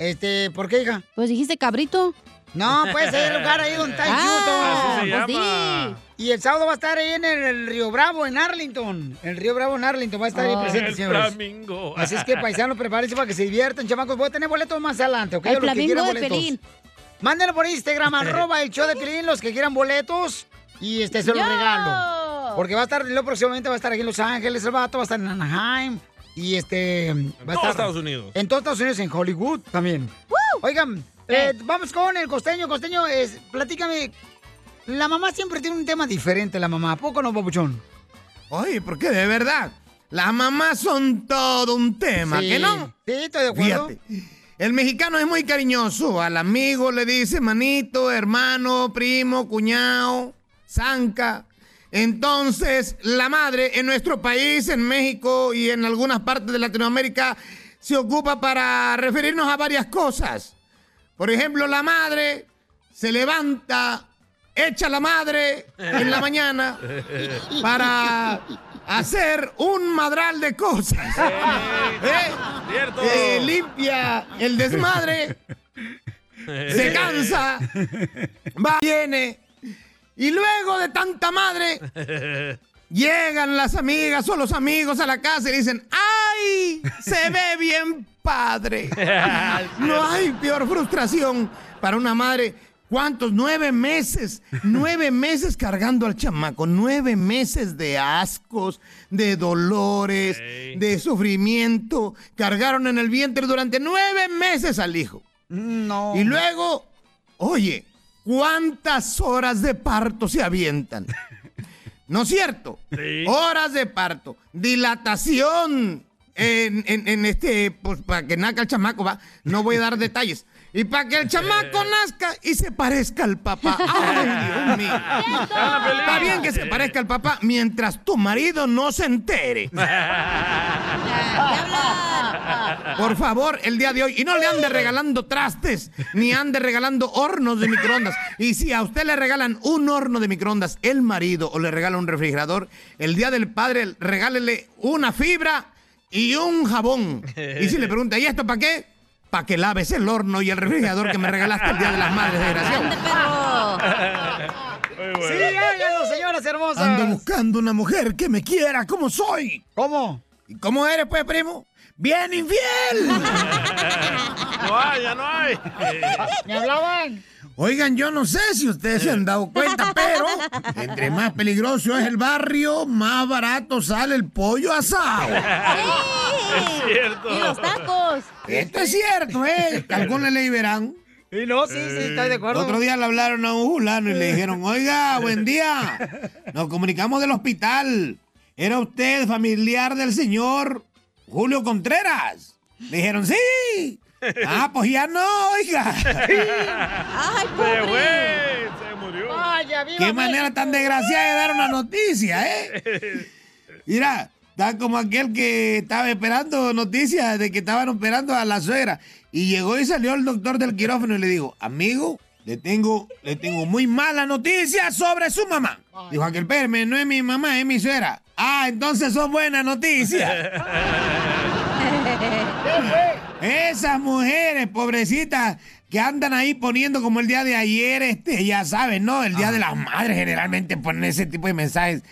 Este, ¿por qué, hija? Pues dijiste cabrito. No, pues es el lugar ahí donde está el Ah, Houston. pues así se llama. Y el sábado va a estar ahí en el, el Río Bravo, en Arlington. El Río Bravo en Arlington va a estar ahí presente, Ah, el señores. flamingo. Así es que, paisanos, prepárense para que se diviertan, chamacos. Voy a tener boletos más adelante, ¿ok? El Los que flamingo quieran de boletos. Pelín. Mándenlo por Instagram, arroba el show de Pelín, los que quieran boletos. Y este se los ¡Yo! regalo. Porque va a estar, lo próximamente va a estar aquí en Los Ángeles, el vato, va a estar en Anaheim. Y este. va a todo estar Estados Unidos. En todos Estados Unidos, en Hollywood también. Oigan, eh, vamos con el costeño. Costeño, es, platícame. La mamá siempre tiene un tema diferente, la mamá. ¿A poco no, papuchón? Oye, ¿por qué? De verdad. Las mamás son todo un tema, Sí. ¿que no? Sí, estoy de acuerdo. Fíjate. El mexicano es muy cariñoso. Al amigo le dice manito, hermano, primo, cuñado, zanca. Entonces, la madre en nuestro país, en México y en algunas partes de Latinoamérica, se ocupa para referirnos a varias cosas. Por ejemplo, la madre se levanta, echa la madre en la mañana para hacer un madral de cosas. ¿Eh? cierto. Eh, limpia el desmadre, se cansa, va, viene. Y luego de tanta madre, llegan las amigas o los amigos a la casa y dicen, ¡ay! Se ve bien padre. No hay peor frustración para una madre. ¿Cuántos? Nueve meses. Nueve meses cargando al chamaco. Nueve meses de ascos, de dolores, de sufrimiento. Cargaron en el vientre durante nueve meses al hijo. Oh, No. Y luego, oye, ¿cuántas horas de parto se avientan? ¿No es cierto? Horas de parto, dilatación en, en- en este, pues para que nazca el chamaco, va. No voy a dar detalles. Y para que el chamaco nazca y se parezca al papá. ¡Ay, Dios mío! Está bien que se parezca al papá mientras tu marido no se entere. Por favor, el día de hoy. Y no le ande regalando trastes, ni ande regalando hornos de microondas. Y si a usted le regalan un horno de microondas, el marido, o le regala un refrigerador, el día del padre, regálele una fibra y un jabón. Y si le pregunta, ¿y esto para qué? Para que laves el horno y el refrigerador que me regalaste el día de las madres, desgraciado. Sí, háganlo, señoras hermosas. Ando buscando una mujer que me quiera como soy. ¿Cómo? ¿Y cómo eres, pues, primo? ¡Bien infiel! No hay, ya no hay. ¿Me hablaban? Oigan, yo no sé si ustedes se han dado cuenta, pero entre más peligroso es el barrio, más barato sale el pollo asado. Es cierto. Y los tacos. Esto es cierto, ¿eh? Algunos le verán. Y no, sí, sí, estoy de acuerdo. Otro día le hablaron a un fulano y le dijeron, oiga, buen día, nos comunicamos del hospital. ¿Era usted familiar del señor Julio Contreras? Le dijeron, sí. Ah, pues ya no, oiga. ¡Ay, pobre. ¡Se murió! ¡Vaya, Qué manera tan desgraciada de dar una noticia, ¿eh? Mira, está como aquel que estaba esperando noticias de que estaban operando a la suegra. Y llegó y salió el doctor del quirófano y le dijo, amigo, le tengo, le tengo muy mala noticia sobre su mamá. Dijo aquel, perme, no es mi mamá, es mi suegra. Ah, entonces son buenas noticias. Esas mujeres, pobrecitas, que andan ahí poniendo como el día de ayer, este, ya saben, ¿no? El día de las madres generalmente ponen ese tipo de mensajes.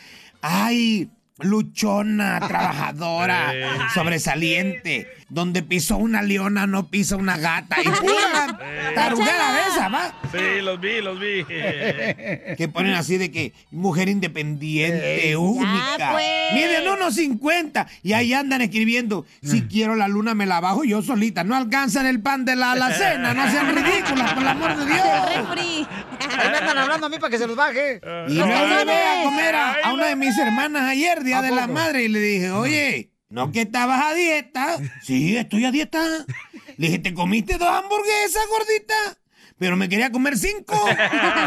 Ay, luchona, trabajadora, sobresaliente. Donde pisó una leona, no pisa una gata. Y pura tarugada de esa, va. Sí, los vi, los vi. Que ponen así de que mujer independiente, única. pues. Miden unos 50 y ahí andan escribiendo, si quiero la luna me la bajo yo solita. No alcanzan el pan de la alacena, no sean ridículas, por el amor de Dios. Ahí me andan hablando a mí para que se los baje. Y luego llevé a comer a, a una de mis hermanas ayer, Día ¿A de la poco? Madre, y le dije, oye, ¿no que estabas a dieta? Sí, estoy a dieta. Le dije, ¿te comiste dos hamburguesas, gordita? Pero me quería comer cinco. Ah,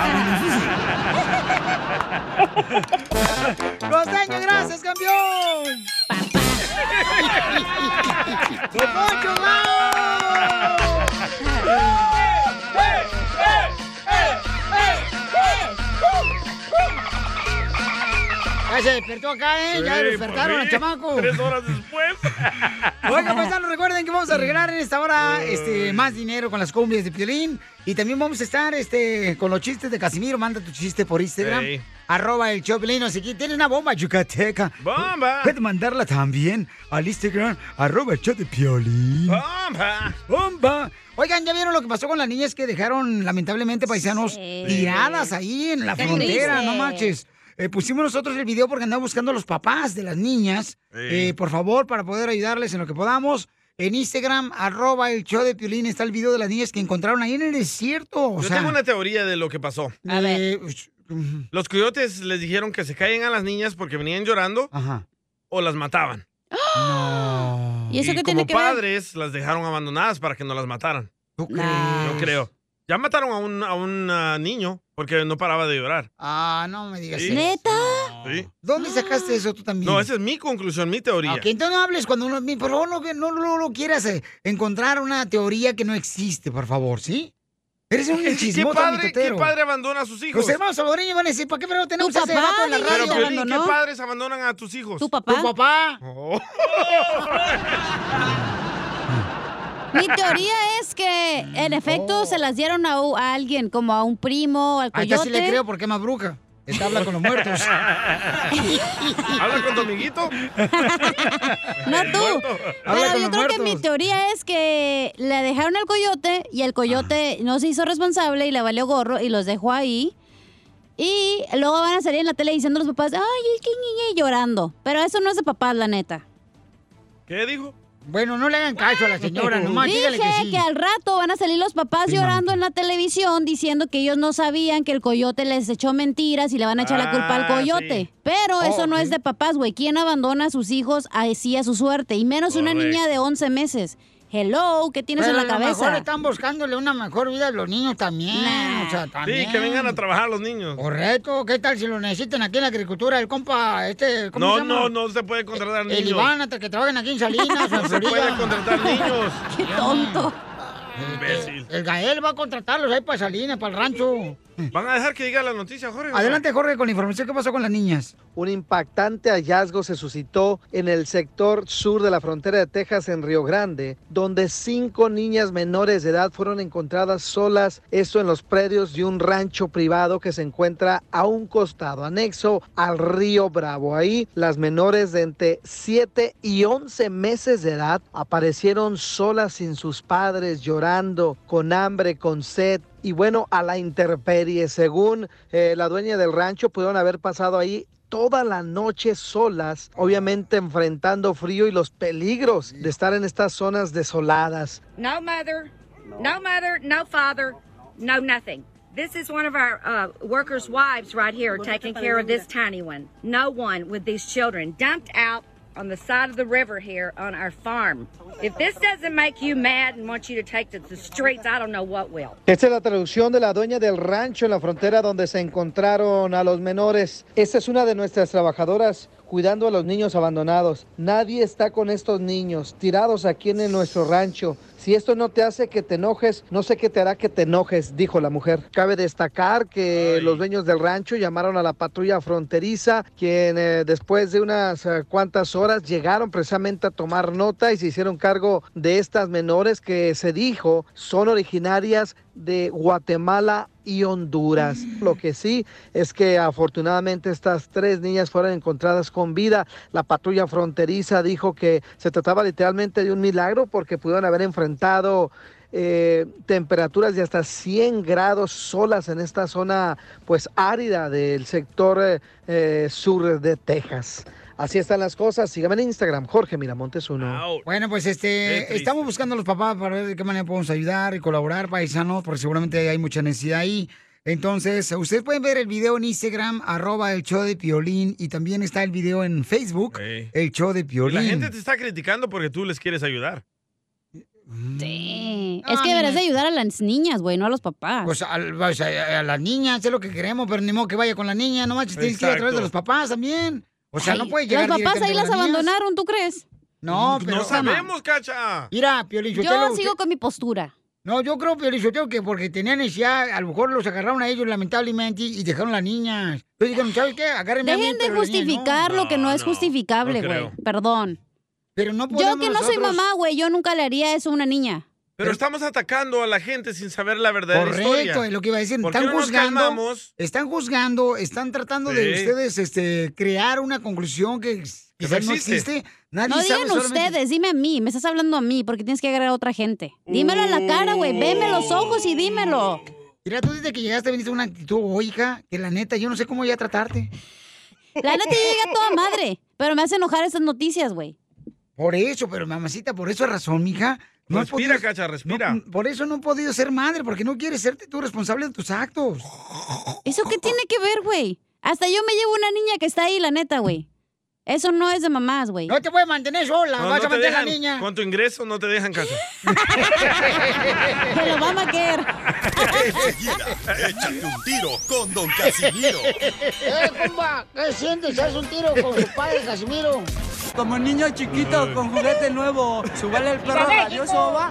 ¡Costeño, gracias, campeón! ¡Poncho, vamos! Ya se despertó acá, ¿eh? Ya Sí, despertaron por al fin. chamaco. Tres horas después. Oigan, paisanos, recuerden que vamos a regalar en esta hora este, más dinero con las cumbias de Piolín. Y también vamos a estar este, con los chistes de Casimiro. Manda tu chiste por Instagram. Ey. Arroba el Choplin. Así que tiene una bomba yucateca. ¡Bomba! Puedes mandarla también al Instagram. Arroba el show de Piolín. ¡Bomba! ¡Bomba! Oigan, ¿ya vieron lo que pasó con las niñas que dejaron, lamentablemente, paisanos tiradas ahí en la Qué frontera? triste. No marches. Eh, pusimos nosotros el video porque andamos buscando a los papás de las niñas. Sí. Eh, por favor, para poder ayudarles en lo que podamos. En Instagram, arroba el show de Piolín, está el video de las niñas que encontraron ahí en el desierto. O Yo sea, tengo eh, una teoría de lo que pasó. A ver. Los coyotes les dijeron que se callen a las niñas porque venían llorando o las mataban. ¿Y eso qué como tiene que ver? padres las dejaron abandonadas para que no las mataran. ¿Tú crees? Yo creo. Ya mataron a un, a un ah, niño porque no paraba de llorar. Ah, no me digas Sí. eso. Sí. ¿Dónde sacaste eso tú también? No, esa es mi conclusión, mi teoría. Ok, entonces no hables cuando uno... Por favor, no, no, no lo quieras eh, encontrar una teoría que no existe, por favor, ¿sí? Eres un ¿Qué- qué chismoso padre- qué padre abandona a sus hijos? Los hermanos salvadoreños van a decir, ¿para qué pero tenemos a ese vato en la radio? Pero, Piolín, ¿qué padres abandonan a tus hijos? ¿Tu papá? ¿Tu papá? Oh. Mi teoría es que, en efecto, Oh. se las dieron a, u- a alguien, como a un primo, al A coyote. esta Ah, sí le creo porque es más bruja. Está habla con los muertos. ¿Habla con tu amiguito? No tú. Habla Pero con los yo creo que mi muertos. teoría es que le dejaron al coyote y el Ah. coyote no se hizo responsable y le valió gorro y los dejó ahí. Y luego van a salir en la tele diciendo a los papás, ay, es que niña", y llorando. Pero eso no es de papás, la neta. ¿Qué dijo? Bueno, no le hagan caso a la señora, nomás Dije dígale que sí. al rato van a salir los papás llorando en la televisión diciendo que ellos no sabían que el coyote les echó mentiras y le van a echar la culpa al Ah, coyote. sí. Pero Oh, eso no ok. es de papás, güey. ¿Quién abandona a sus hijos así a su suerte? Y menos una Correcto. niña de 11 meses. Hello, ¿qué tienes Pero en la a lo cabeza? mejor están buscándole una mejor vida a los niños también. O sea, también. Sí, que vengan a trabajar los niños. Correcto, ¿qué tal si lo necesitan aquí en la agricultura? El compa, este, ¿cómo No, se llama? no, no se puede contratar niños. El Iván, hasta que trabajen aquí en Salinas o en No se puede Florida. contratar niños. Qué tonto. Imbécil. El Gael va a contratarlos ahí para Salinas, para el rancho. Van a dejar que diga la noticia, Jorge. Adelante, Jorge, con la información que pasó con las niñas. Un impactante hallazgo se suscitó en el sector sur de la frontera de Texas en Río Grande, donde cinco niñas menores de edad fueron encontradas solas, esto en los predios de un rancho privado que se encuentra a un costado anexo al río Bravo. Ahí las menores de entre 7 y 11 meses de edad aparecieron solas sin sus padres, llorando, con hambre, con sed, y bueno, a la intemperie. Según eh, la dueña del rancho, pudieron haber pasado ahí toda la noche solas, obviamente enfrentando frío y los peligros de estar en estas zonas desoladas. No mother, no mother, no father, no nothing. This is one of our uh, workers' wives right here taking care of this tiny one. No one with these children dumped out on the side of the river here on our farm. If this doesn't make you mad and want you to take to the streets, I don't know what will. Esta es la traducción de la dueña del rancho en la frontera donde se encontraron a los menores. Esta es una de nuestras trabajadoras cuidando a los niños abandonados. Nadie está con estos niños tirados aquí en nuestro rancho. Si esto no te hace que te enojes, no sé qué te hará que te enojes, dijo la mujer. Cabe destacar que los dueños del rancho llamaron a la patrulla fronteriza, quien eh, después de unas eh, cuantas horas llegaron precisamente a tomar nota y se hicieron cargo de estas menores que se dijo son originarias de Guatemala y Honduras. Lo que sí es que afortunadamente estas tres niñas fueron encontradas con vida. La patrulla fronteriza dijo que se trataba literalmente de un milagro porque pudieron haber enfrentado eh, temperaturas de hasta 100 grados solas en esta zona pues árida del sector eh, eh, sur de Texas. Así están las cosas. Síganme en Instagram, Jorge Miramontes uno. Bueno, pues este, estamos buscando a los papás para ver de qué manera podemos ayudar y colaborar, paisanos, porque seguramente hay mucha necesidad ahí. Entonces, ustedes pueden ver el video en Instagram, arroba el show de Piolín, y también está el video en Facebook, Ey. el show de Y Piolín. la gente te está criticando porque tú les quieres ayudar. Sí. Mm. es que Ah, deberás de ayudar a las niñas, güey, no a los papás. Pues al- o sea, a, las niñas, es lo que queremos, pero ni modo que vaya con la niña, no manches, tienes que ir a través Exacto. de los papás también. O sea, Ay, no puede llegar Los papás ahí directamente las con niñas. abandonaron, ¿tú crees? No, pero... Cacha. Mira, Piolín, Yo Sotelo, sigo que- con mi postura. No, yo creo, Piolín Sotelo, que porque tenían necesidad, a lo mejor los agarraron a ellos lamentablemente y dejaron a las niñas. Entonces dijeron, ¿sabes qué? Agárrenme a mí, Dejen de pero las niñas no". justificar lo que no es justificable, no güey. creo. Perdón. Pero no Yo podemos que no soy nosotros- mamá, güey, yo nunca le haría eso a una niña. Pero estamos atacando a la gente sin saber la verdadera historia. Correcto, es lo que iba a decir. ¿Por qué Están no nos juzgando, calmamos? están juzgando, están tratando de Sí. ustedes este, crear una conclusión que quizás no existe. Nadie no sabe digan solamente- ustedes, dime a mí, me estás hablando a mí, porque tienes que agregar a otra gente. Dímelo en la cara, güey, veme los Oh. ojos y dímelo. Mira, tú desde que llegaste viniste con una actitud oiga, que la neta, yo no sé cómo voy a tratarte. La neta yo llegué a toda madre, pero me hace enojar estas noticias, güey. Por eso, pero mamacita, por eso es razón, mija. No has respira, podido- Cacha, respira. no, mm, por eso no he podido ser madre, porque no quieres serte tú responsable de tus actos. ¿Eso qué tiene que ver, güey? Hasta yo me llevo una niña que está ahí, la neta, güey. Eso no es de mamás, güey. No te puedes mantener sola, No, no te dejan, Con tu ingreso no te dejan, Cacha. Te lo va a maquer. Enseguida, échate un tiro con Don Casimiro. ¡Eh, compa! ¿Qué sientes? ¿Haz un tiro con su padre, Casimiro? Como niño chiquito con juguete nuevo, subale el perro rabioso, va.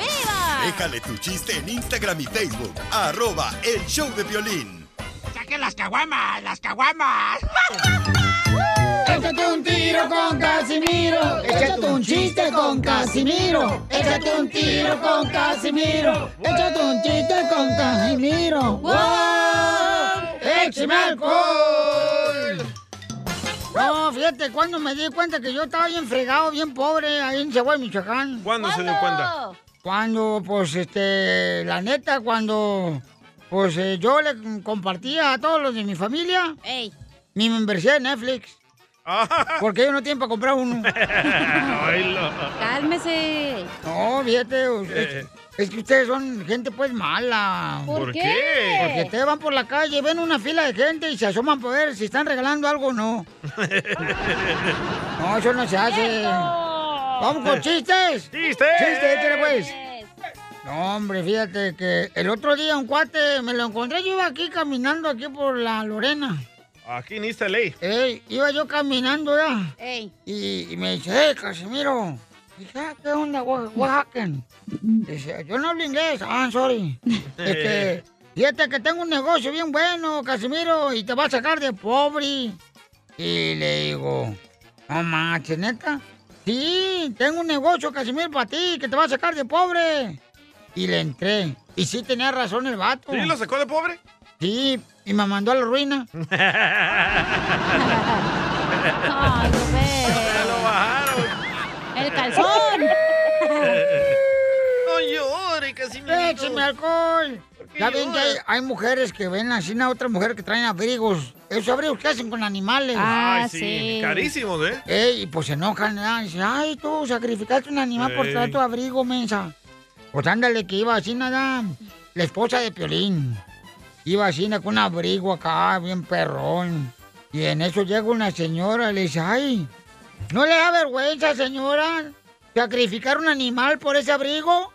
Déjale tu chiste en Instagram y Facebook, arroba el show de violín. ¡Saquen las caguamas, las caguamas! Échate un tiro con Casimiro. Échate un chiste con Casimiro. Échate un tiro con Casimiro. Échate un chiste con Casimiro. ¡Wow! ¡Échame alcohol! No, fíjate, cuando me di cuenta que yo estaba bien fregado, bien pobre, ahí en Chihuahua, Michoacán. ¿Cuándo se dio cuenta? Cuando, pues, este, la neta, cuando, pues, eh, yo le compartía a todos los de mi familia mi membresía de Netflix. Porque ellos no tienen para comprar uno. Cálmese. No, fíjate, o- Eh, es, es que ustedes son gente, pues, mala. ¿Por ¿Por qué? qué? Porque ustedes van por la calle, ven una fila de gente y se asoman para ver si están regalando algo o no. No, eso no se hace. ¡Vamos con chistes! ¡Chistes! ¡Chistes, échale, pues! No, hombre, fíjate que el otro día un cuate me lo encontré, yo iba aquí caminando aquí por la Lorena. Aquí en esta ley. Ey, iba yo caminando ya. Y, y me dice, hey, Casimiro. Dije, "Ah, ¿qué onda, Oa- Oaxacan? Dice, yo no hablo inglés. Ah, sorry. Este, fíjate que tengo un negocio bien bueno, Casimiro, y te va a sacar de pobre. Y le digo, no manches, neta. Sí, tengo un negocio, Casimiro, para ti, que te va a sacar de pobre. Y le entré. Y sí tenía razón el vato. ¿Sí lo sacó de pobre? Sí, y me mandó a la ruina. Ay, no ve. lo bajaron. El calzón. No llore, Casimiro. ¡Écheme alcohol! Ya ven que hay, hay mujeres que ven así a otra mujer que traen abrigos. Esos abrigos que hacen con animales. Ah, Ay, sí. Carísimos, ¿eh? Ey, y pues se enojan, ¿verdad? Y dicen, ay, tú sacrificaste un animal por Ey. traer tu abrigo, mensa. Pues ándale, que iba así nada. La esposa de Piolín. Iba así nada, con un abrigo acá, bien perrón. Y en eso llega una señora y le dice, ay, ¿no le da vergüenza, señora, sacrificar un animal por ese abrigo?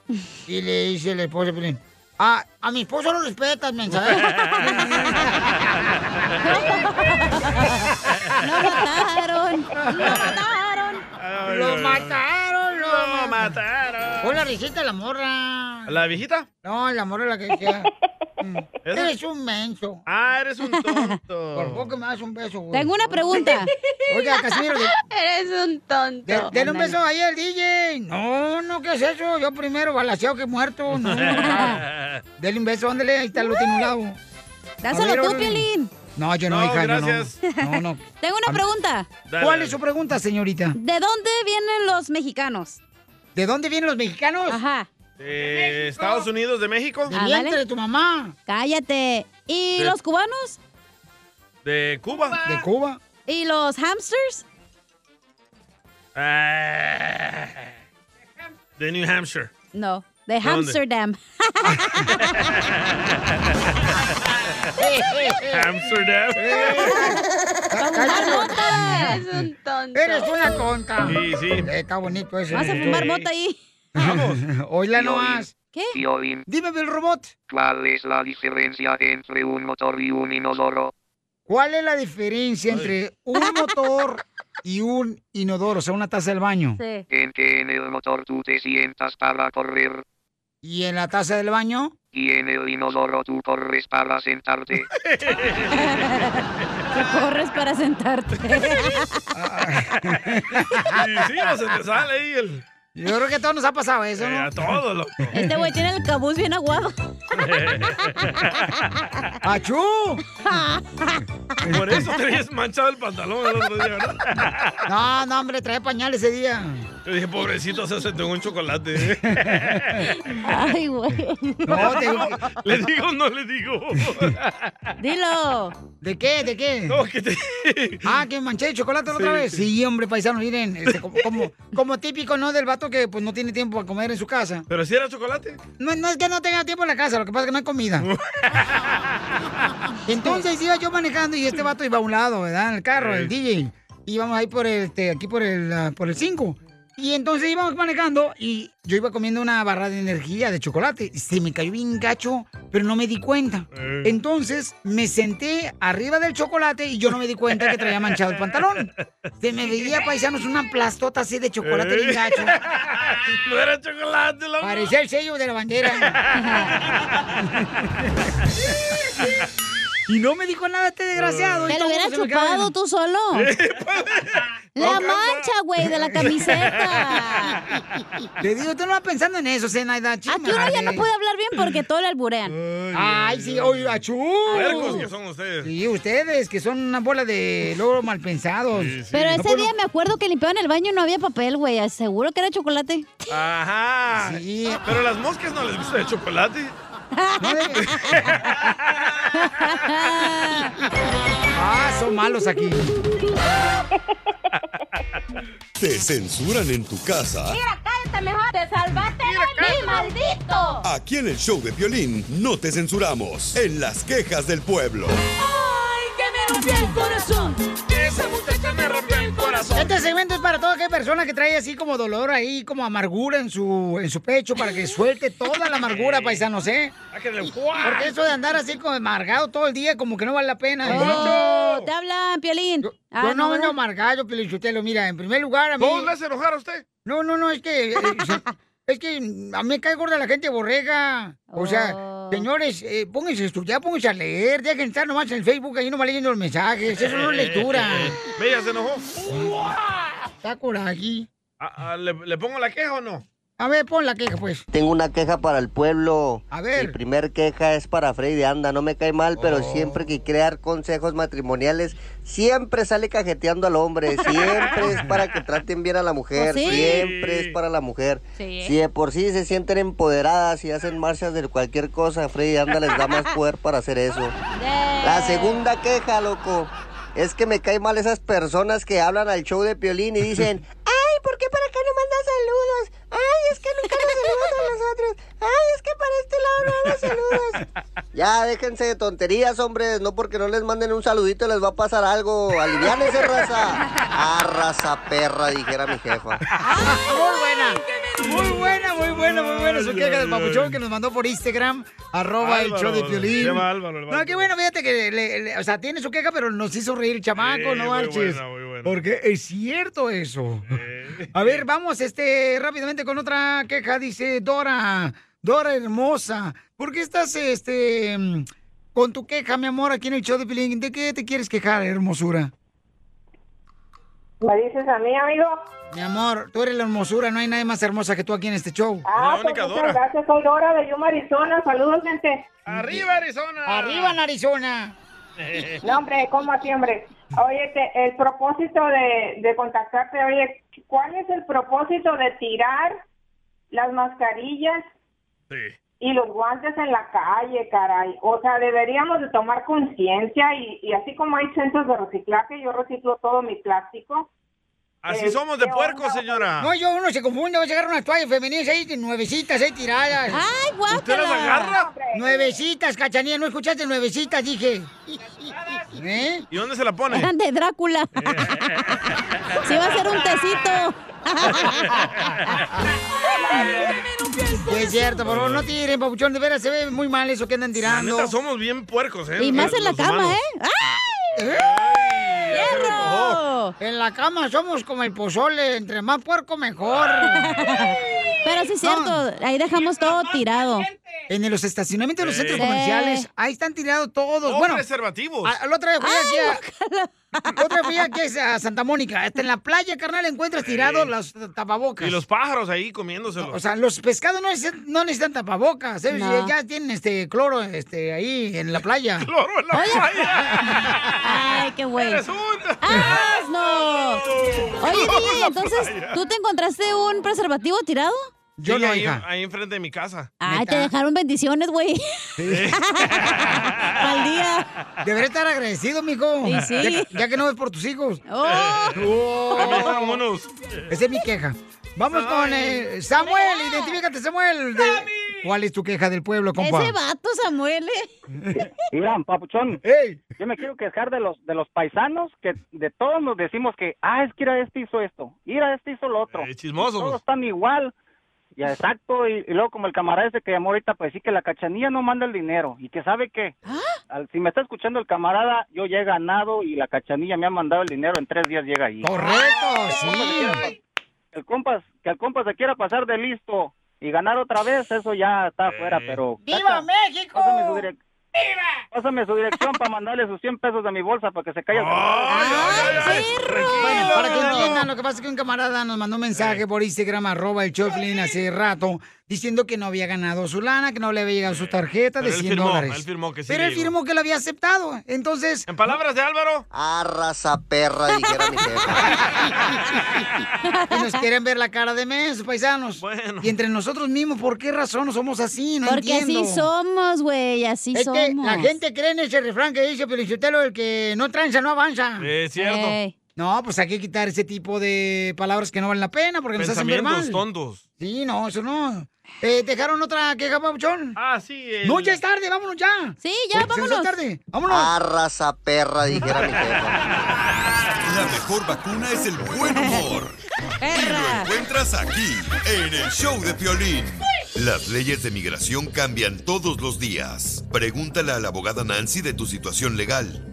Y le dice la esposa de Piolín, "A- a mi esposo lo respetas, mensa. ¡Lo mataron! ¡Lo mataron! ¡Lo mataron! ¡Lo, mataron! Pon la risita a la morra. ¿La viejita? No, la morra la que... que- Eres un menso. Ah, eres un tonto. Por poco me das un beso, güey. Tengo una pregunta. Oiga, Casimiro, de- Eres un tonto. de- denle un beso ahí al DJ. No, no, ¿qué es eso? Yo primero balaceo que muerto. No, no. Denle un beso, ándale, ahí está el último lado. Dáselo A ver, tú, órale. Piolín. No, yo no, No, hija, yo gracias. no. No, no. Tengo una pregunta. ¿Cuál es su pregunta, señorita? ¿De dónde vienen los mexicanos? ¿De dónde vienen los mexicanos? Ajá. Eh, ¿Estados Unidos de México? Ah, vale. tu mamá. Cállate. ¿Y De- los cubanos? ¿De Cuba? ¿De Cuba? ¿Y los hamsters? Ah, de New Hampshire. No, de dónde? Amsterdam. Amsterdam. ¡Eres un tonto! ¡Eres una tonta! Sí, sí. Eh, está bonito eso. Vas a fumar mota ahí. Oíla Piolín. nomás. ¿Qué? Piolín, Dime, el robot, ¿cuál es la diferencia entre un motor y un inodoro? ¿cuál es la diferencia entre un motor y un inodoro, o sea, una taza del baño? En que en el motor tú te sientas para correr ¿Y en la taza del baño? y en el inodoro tú corres para sentarte. Te corres para sentarte. Y sí, no se te sale ahí el... Yo creo que a todos nos ha pasado eso, Eh, ¿no? a todos, loco. Este güey tiene el cabuz bien aguado. ¡Achú! Por eso tenías manchado el pantalón el otro día, ¿verdad? No, no, hombre, trae pañal ese día. Yo dije, pobrecito, se sentó en un chocolate. ¿eh?". Ay, güey. No, te- ¿Le digo o no le digo? Dilo. ¿De qué? ¿De qué? No, que te... Ah, que manché de chocolate la otra Sí, vez. sí. Sí, hombre, paisanos, miren, este, como, como, como típico, ¿no? Del vato que pues no tiene tiempo para comer en su casa. ¿Pero si era chocolate? No, no es que no tenga tiempo en la casa, lo que pasa es que no hay comida. Entonces iba yo manejando y este vato iba a un lado, ¿verdad? En el carro, el DJ. Íbamos ahí por el, este, aquí por el, ah, por el 5. Y entonces íbamos manejando y yo iba comiendo una barra de energía de chocolate. Y Se me cayó bien gacho, pero no me di cuenta. Eh. Entonces me senté arriba del chocolate y yo no me di cuenta que traía manchado el pantalón. Se me veía, paisanos, una plastota así de chocolate bien gacho. No era chocolate, loco. Parecía el sello de la bandera. y no me dijo nada este desgraciado. y Te lo todo el hubiera mundo se me queda chupado viendo. tú solo. La mancha, güey, de la camiseta. Te digo, tú no vas pensando en eso, Zenaida. Aquí Aquí uno ya no puede hablar bien porque todo le alburean. Ay, sí, oye, achú. Puercos que son ustedes. Sí, ustedes, que son una bola de loro mal pensados. Pero No ese puedo- día me acuerdo que limpiaban el baño y no había papel, güey. Seguro que era chocolate. Ajá. Pero las moscas no les gusta el chocolate. Ah, son malos aquí. Te censuran en tu casa. cállate mejor. Te salvaste de mí, maldito. Aquí en el show de violín no te censuramos. En las quejas del pueblo. ¡Ay, que me rompió el corazón! ¡Esa muchacha me rompió el corazón! Este segmento es para toda aquella persona que trae así como dolor ahí, como amargura en su, en su pecho, para que suelte toda la amargura, paisanos, ¿eh? Sáquenle. Porque eso de andar así como amargado todo el día, como que no vale la pena. ¿eh? Oh, te hablan, Piolín. Ah, yo no ¿verdad? ando amargado, Pelichotelo. Mira, en primer lugar, a mí. ¿Todos le hace enojar a usted? No, no, no, es que. eh, se- es que a mí me cae gorda la gente borrega. O sea, Oh. señores, eh, pónganse a estudiar, pónganse a leer. Dejen de estar nomás en el Facebook ahí nomás leyendo los mensajes. Eso no es lectura. Bella se enojó. Está coraje. Ah, ah, ¿le, le pongo la queja o no? A ver, pon la queja, pues. Tengo una queja para el pueblo. A ver. Oh. Mi primer queja es para Freddy Anda. No me cae mal, pero siempre que crear consejos matrimoniales, siempre sale cajeteando al hombre. Siempre es para que traten bien a la mujer. Pues sí. Siempre es para la mujer. Sí. Si de por sí se sienten empoderadas y hacen marchas de cualquier cosa, Freddy Anda les da más poder para hacer eso. La segunda queja, loco, es que me cae mal esas personas que hablan al show de Piolín y dicen, ay, ¿por qué para acá no mandas saludos? Ay, es que nunca nos saludas a nosotros. Ay, es que para este lado no nos saludas. Ya, déjense de tonterías, hombres. No porque no les manden un saludito les va a pasar algo. Aliviánese, raza. Ah, raza perra, dijera mi jefa. Muy buena. Muy buena, muy buena, muy buena. Su queja del papuchón que nos mandó por Instagram, arroba el show de Álvaro, Piolín. se llama Álvaro, el vato. No, qué bueno, fíjate que, le- le- o sea, tiene su queja, pero nos hizo reír, chamaco, Sí, no muy marches. buena, muy buena. Porque es cierto eso. A ver, vamos este rápidamente con otra queja, dice Dora. Dora hermosa, ¿por qué estás este mm, con tu queja, mi amor, aquí en el show de Pilín? ¿De qué te quieres quejar, hermosura? ¿Me dices a mí, amigo? Mi amor, tú eres la hermosura, no hay nadie más hermosa que tú aquí en este show. Ah, pues muchas gracias, soy Dora de Yuma, Arizona. Saludos, gente. ¡Arriba, Arizona! ¡Arriba, en Arizona! No, hombre, ¿cómo así, hombre? Oye, te- el propósito de, de contactarte, oye, ¿cuál es el propósito de tirar las mascarillas y los guantes en la calle, caray? O sea, deberíamos de tomar conciencia y, y así como hay centros de reciclaje, yo reciclo todo mi plástico. Así somos de puerco, señora. No, yo uno se confunde, va a llegar unas toallas femeninas ahí, nuevecitas, ahí tiradas. ¡Ay, guácala! ¿Usted las agarra? Nuevecitas, cachanilla, ¿no escuchaste? Nuevecitas, dije. ¿Eh? ¿Y dónde se la pone? De Drácula. Se iba a hacer un tecito. Sí, es Pues cierto, por favor, no tiren, papuchón, de veras se ve muy mal eso que andan La tirando. neta, somos bien puercos, ¿eh? Y más en la Los cama, humanos. ¿eh? En la cama somos como el pozole, entre más puerco mejor. Pero sí es cierto, ahí dejamos todo tirado. En los estacionamientos de los Sí. centros Sí. comerciales, ahí están tirados todos. O bueno, preservativos. a- La otra vez fui aquí a, la otra vez fui aquí a Santa Mónica. Hasta en la playa, carnal, encuentras tirados los tapabocas. Y los pájaros ahí comiéndoselos. O sea, los pescados no necesitan, no necesitan tapabocas. ¿eh? No. Ya tienen este cloro este, ahí en la playa. ¡Cloro en la Ay, qué güey. Eres ¡Ah, no! Oye, DJ, entonces, ¿tú te encontraste un preservativo tirado? Sí, ahí, Ahí enfrente de mi casa. Ah, Ay, te dejaron bendiciones, güey. Al día. Debería estar agradecido, mijo. Sí, sí. Ya, ya que no ves por tus hijos. Oh. También son unos. Esa es mi queja. Vamos Ay. con eh, Samuel. Identifícate, Samuel. De- ¿Cuál es tu queja del pueblo, compa? Ese vato, Samuel. eh. Mira, papuchón, yo me quiero quejar de los de los paisanos que de todos nos decimos que, ah, es que ir a este hizo esto, ir a este hizo lo otro. chismosos. Todos están igual. Ya, exacto, y, y luego como el camarada ese que llamó ahorita, pues sí que la cachanilla no manda el dinero y que sabe que al- si me está escuchando el camarada, yo ya he ganado y la cachanilla me ha mandado el dinero, en tres días llega ahí. Correcto, sí. El compas, que el compas se quiera pasar de listo y ganar otra vez, eso ya está afuera, pero... ¡Viva México! Pásame su, direc- Pásame su dirección para mandarle sus 100 pesos de mi bolsa para que se calle el Bueno, para que entiendan, lo que pasa es que un camarada nos mandó un Eh. mensaje por Instagram, arroba el Choplin, hace rato, diciendo que no había ganado su lana, que no le había llegado su tarjeta de Pero él 100 firmó, dólares. él firmó que sí Pero le él llegó. firmó que lo había aceptado. Entonces. En palabras de Álvaro. Arrasa perra, dijera mi jefa. Y nos quieren ver la cara de mes, paisanos. Y entre nosotros mismos, ¿por qué razón somos así? No Porque entiendo. así somos, güey, así Es que somos. la gente cree en ese refrán que dice Pelichotelo, el que no tranza no avanza. Es cierto. Ey. No, pues hay que quitar ese tipo de palabras que no valen la pena porque nos hacen ver mal. Pensamientos tontos. Sí, no, eso no. Eh, ¿te ¿Dejaron otra queja, Pabuchón? Ah, sí. el- No, ya es tarde, vámonos ya. pues, Sí, ya, vámonos. tarde. Vámonos. Arrasa Ah, perra, dijera mi jefa. La mejor vacuna es el buen humor. Y lo encuentras aquí, en el show de Piolín. Las leyes de migración cambian todos los días. Pregúntale a la abogada Nancy de tu situación legal.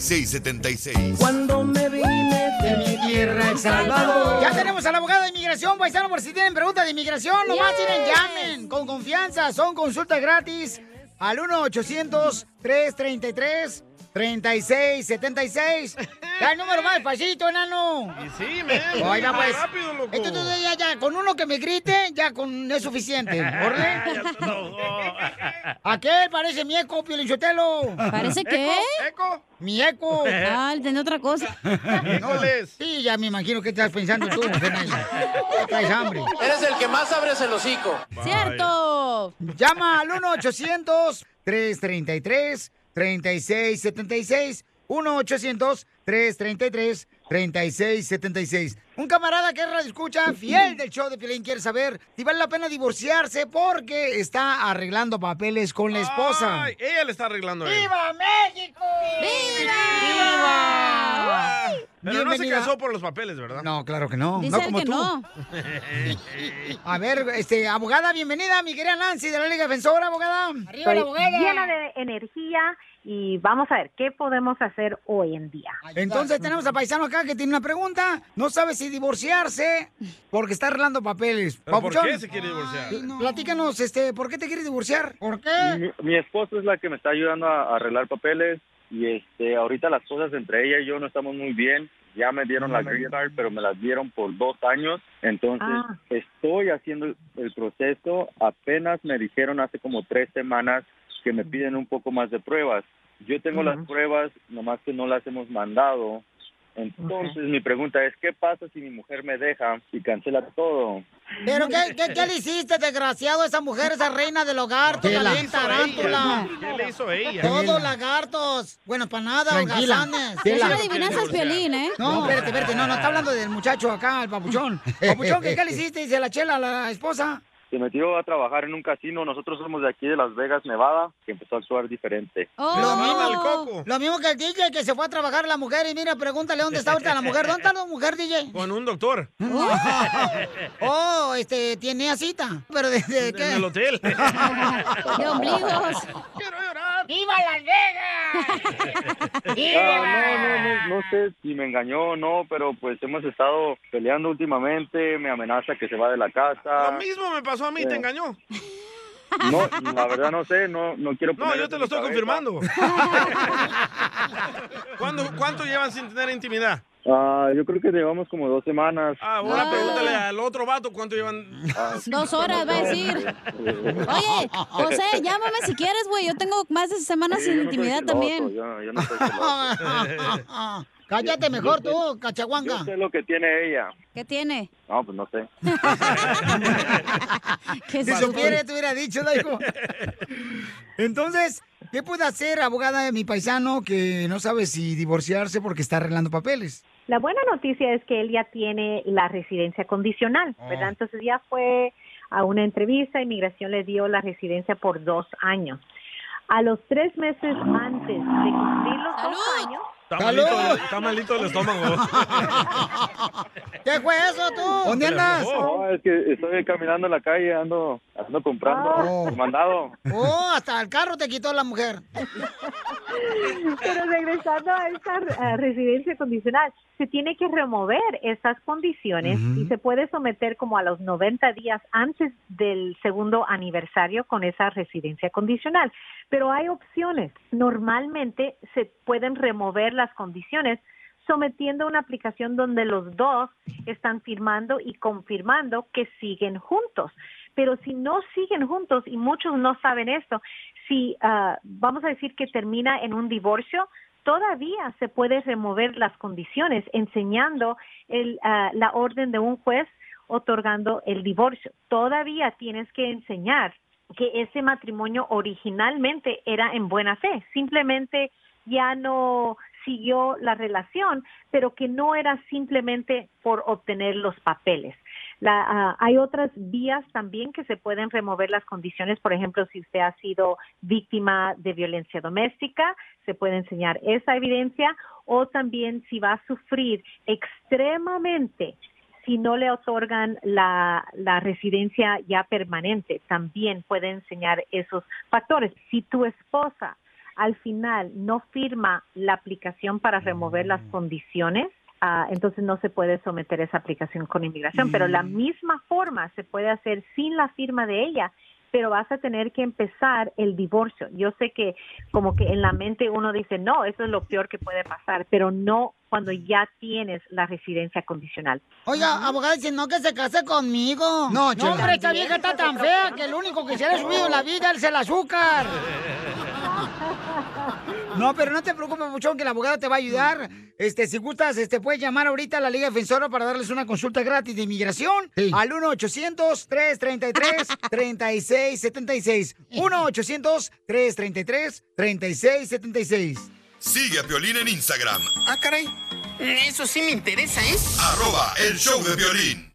1-800-333-3676. Cuando me vine de mi tierra, El Salvador. Ya tenemos a la abogada de inmigración, paisano, por si tienen preguntas de inmigración, nomás Yes. tienen, llamen, con confianza, son consultas gratis al 1-800-333-3676. Ya el número más despacito, enano. Y sí, men, Oiga, más pues. rápido, loco. Esto, esto, ya, ya, con uno que me grite, ya con es suficiente. ¿Orle? Ya se enojó. Aquel parece mi eco, Piolichotelo. ¿Parece qué? ¿Eco? Mi eco. Ah, entendí otra cosa. Híjoles. sí, ya me imagino que estás pensando tú, Fernanda. Traes hambre. Eres el que más abres el hocico. ¡Cierto! Llama al 1-800-333-3676. 1-800-333-3676. Un camarada que radio escucha, fiel del show de Piolín, quiere saber si vale la pena divorciarse porque está arreglando papeles con la esposa. Ay, ella le está arreglando a él. ¡Viva México! ¡Viva! Pero no se Bienvenida. casó por los papeles, ¿verdad? No, claro que no. no como tú. A ver, este, abogada, bienvenida, mi querida Nancy de la Liga Defensora, abogada. Estoy llena de energía, y vamos a ver qué podemos hacer hoy en día. Entonces tenemos a Paisano acá que tiene una pregunta. No sabe si divorciarse porque está arreglando papeles. ¿Pero ¿Por Papuchón, qué se quiere divorciar? Platícanos, este, ¿por qué te quieres divorciar? ¿Por Mi, qué? mi esposa es la que me está ayudando a, a arreglar papeles y este ahorita las cosas entre ella y yo no estamos muy bien. Ya me dieron la green card, pero me las dieron por dos años. Entonces Ah. estoy haciendo el proceso. Apenas me dijeron hace como tres semanas que me piden un poco más de pruebas. Yo tengo las Ujú. pruebas, nomás que no las hemos mandado. Entonces mi pregunta es, ¿qué pasa si mi mujer me deja y cancela todo? ¿Pero qué, qué, qué le hiciste, desgraciado, a esa mujer, esa reina del hogar? Tú ¿Qué la también, hizo tarántula. ¿Qué le hizo ella? Todos lagartos. Bueno, para nada, Tranquila. holgazanes. Es una adivinanza es violín, ¿eh? No, espérate, espérate. No, no, está hablando del muchacho acá, el papuchón. Papuchón, ¿qué, qué le hiciste? Dice la chela a la esposa. Se metió a trabajar en un casino. Nosotros somos de aquí de Las Vegas, Nevada, que empezó a actuar diferente. Lo, mismo, lo mismo que el DJ que se fue a trabajar la mujer y mira, pregúntale dónde está ahorita la mujer. ¿Dónde está la mujer, DJ? Con un doctor. Oh, este, tenía cita. ¿Pero desde qué? En el hotel. De Ah, ombligos. ¡Viva Las Vegas! Ah, no, no, no, no sé si me engañó o no, pero pues hemos estado peleando últimamente. Me amenaza que se va de la casa. Lo mismo me pasó a mí, Sí. te engañó. No, la verdad no sé, no, no quiero No, yo te lo estoy confirmando. ¿Cuándo- ¿Cuánto llevan sin tener intimidad? Ah, yo creo que llevamos como dos semanas. Ah, Ahora pregúntale al otro vato cuánto llevan. Ah, Dos horas, va a decir. Oye, José, llámame si quieres, güey. Yo tengo más de semanas sin intimidad también. Yo, yo no soy Cállate mejor tú, Yo cachaguanga. sé lo que tiene ella. ¿Qué tiene? No, pues no sé. ¿Qué si pasó? supiera, te hubiera dicho, ¿no, hijo? Entonces, ¿qué puede hacer, abogada de mi paisano, que no sabe si divorciarse porque está arreglando papeles? La buena noticia es que él ya tiene la residencia condicional, ¿verdad? Entonces ya fue a una entrevista, inmigración le dio la residencia por dos años. A los tres meses antes de cumplir los dos años, Está ¡Salud! malito, está malito el estómago. ¿Qué fue eso tú? ¿Dónde andas? No, es que estoy caminando en la calle, ando, ando comprando Ah. por mandado. Oh, hasta el carro te quitó la mujer. Pero regresando a esta eh, residencia condicional, se tiene que remover esas condiciones Ujú. y se puede someter como a los 90 días antes del segundo aniversario con esa residencia condicional. Pero hay opciones. Normalmente se pueden remover las condiciones sometiendo una aplicación donde los dos están firmando y confirmando que siguen juntos. Pero si no siguen juntos, y muchos no saben esto, si ah, vamos a decir que termina en un divorcio, todavía se puede remover las condiciones enseñando el, ah, la orden de un juez otorgando el divorcio. Todavía tienes que enseñar que ese matrimonio originalmente era en buena fe, simplemente ya no siguió la relación, pero que no era simplemente por obtener los papeles. La, ah, hay otras vías también que se pueden remover las condiciones, por ejemplo, si usted ha sido víctima de violencia doméstica, se puede enseñar esa evidencia, o también si va a sufrir extremadamente si no le otorgan la, la residencia ya permanente, también puede enseñar esos factores. Si tu esposa al final no firma la aplicación para remover las condiciones, ah, entonces no se puede someter esa aplicación con inmigración, pero la misma forma se puede hacer sin la firma de ella pero vas a tener que empezar el divorcio. Yo sé que como que en la mente uno dice, no, eso es lo peor que puede pasar, pero no cuando ya tienes la residencia condicional. Oiga, abogada, si no que se case conmigo. No, Chela. hombre, esta vieja está tan fea que el único que se le ha subido en la vida es el azúcar. No, pero no te preocupes, mucho que la abogada te va a ayudar. Este, si gustas, este, puedes llamar ahorita a la Liga Defensora para darles una consulta gratis de inmigración al 1-800-333-3676. 1-800-333-3676. Sigue a Piolín en Instagram, Ah, caray. Eso sí me interesa, ¿eh? arroba el show de violín.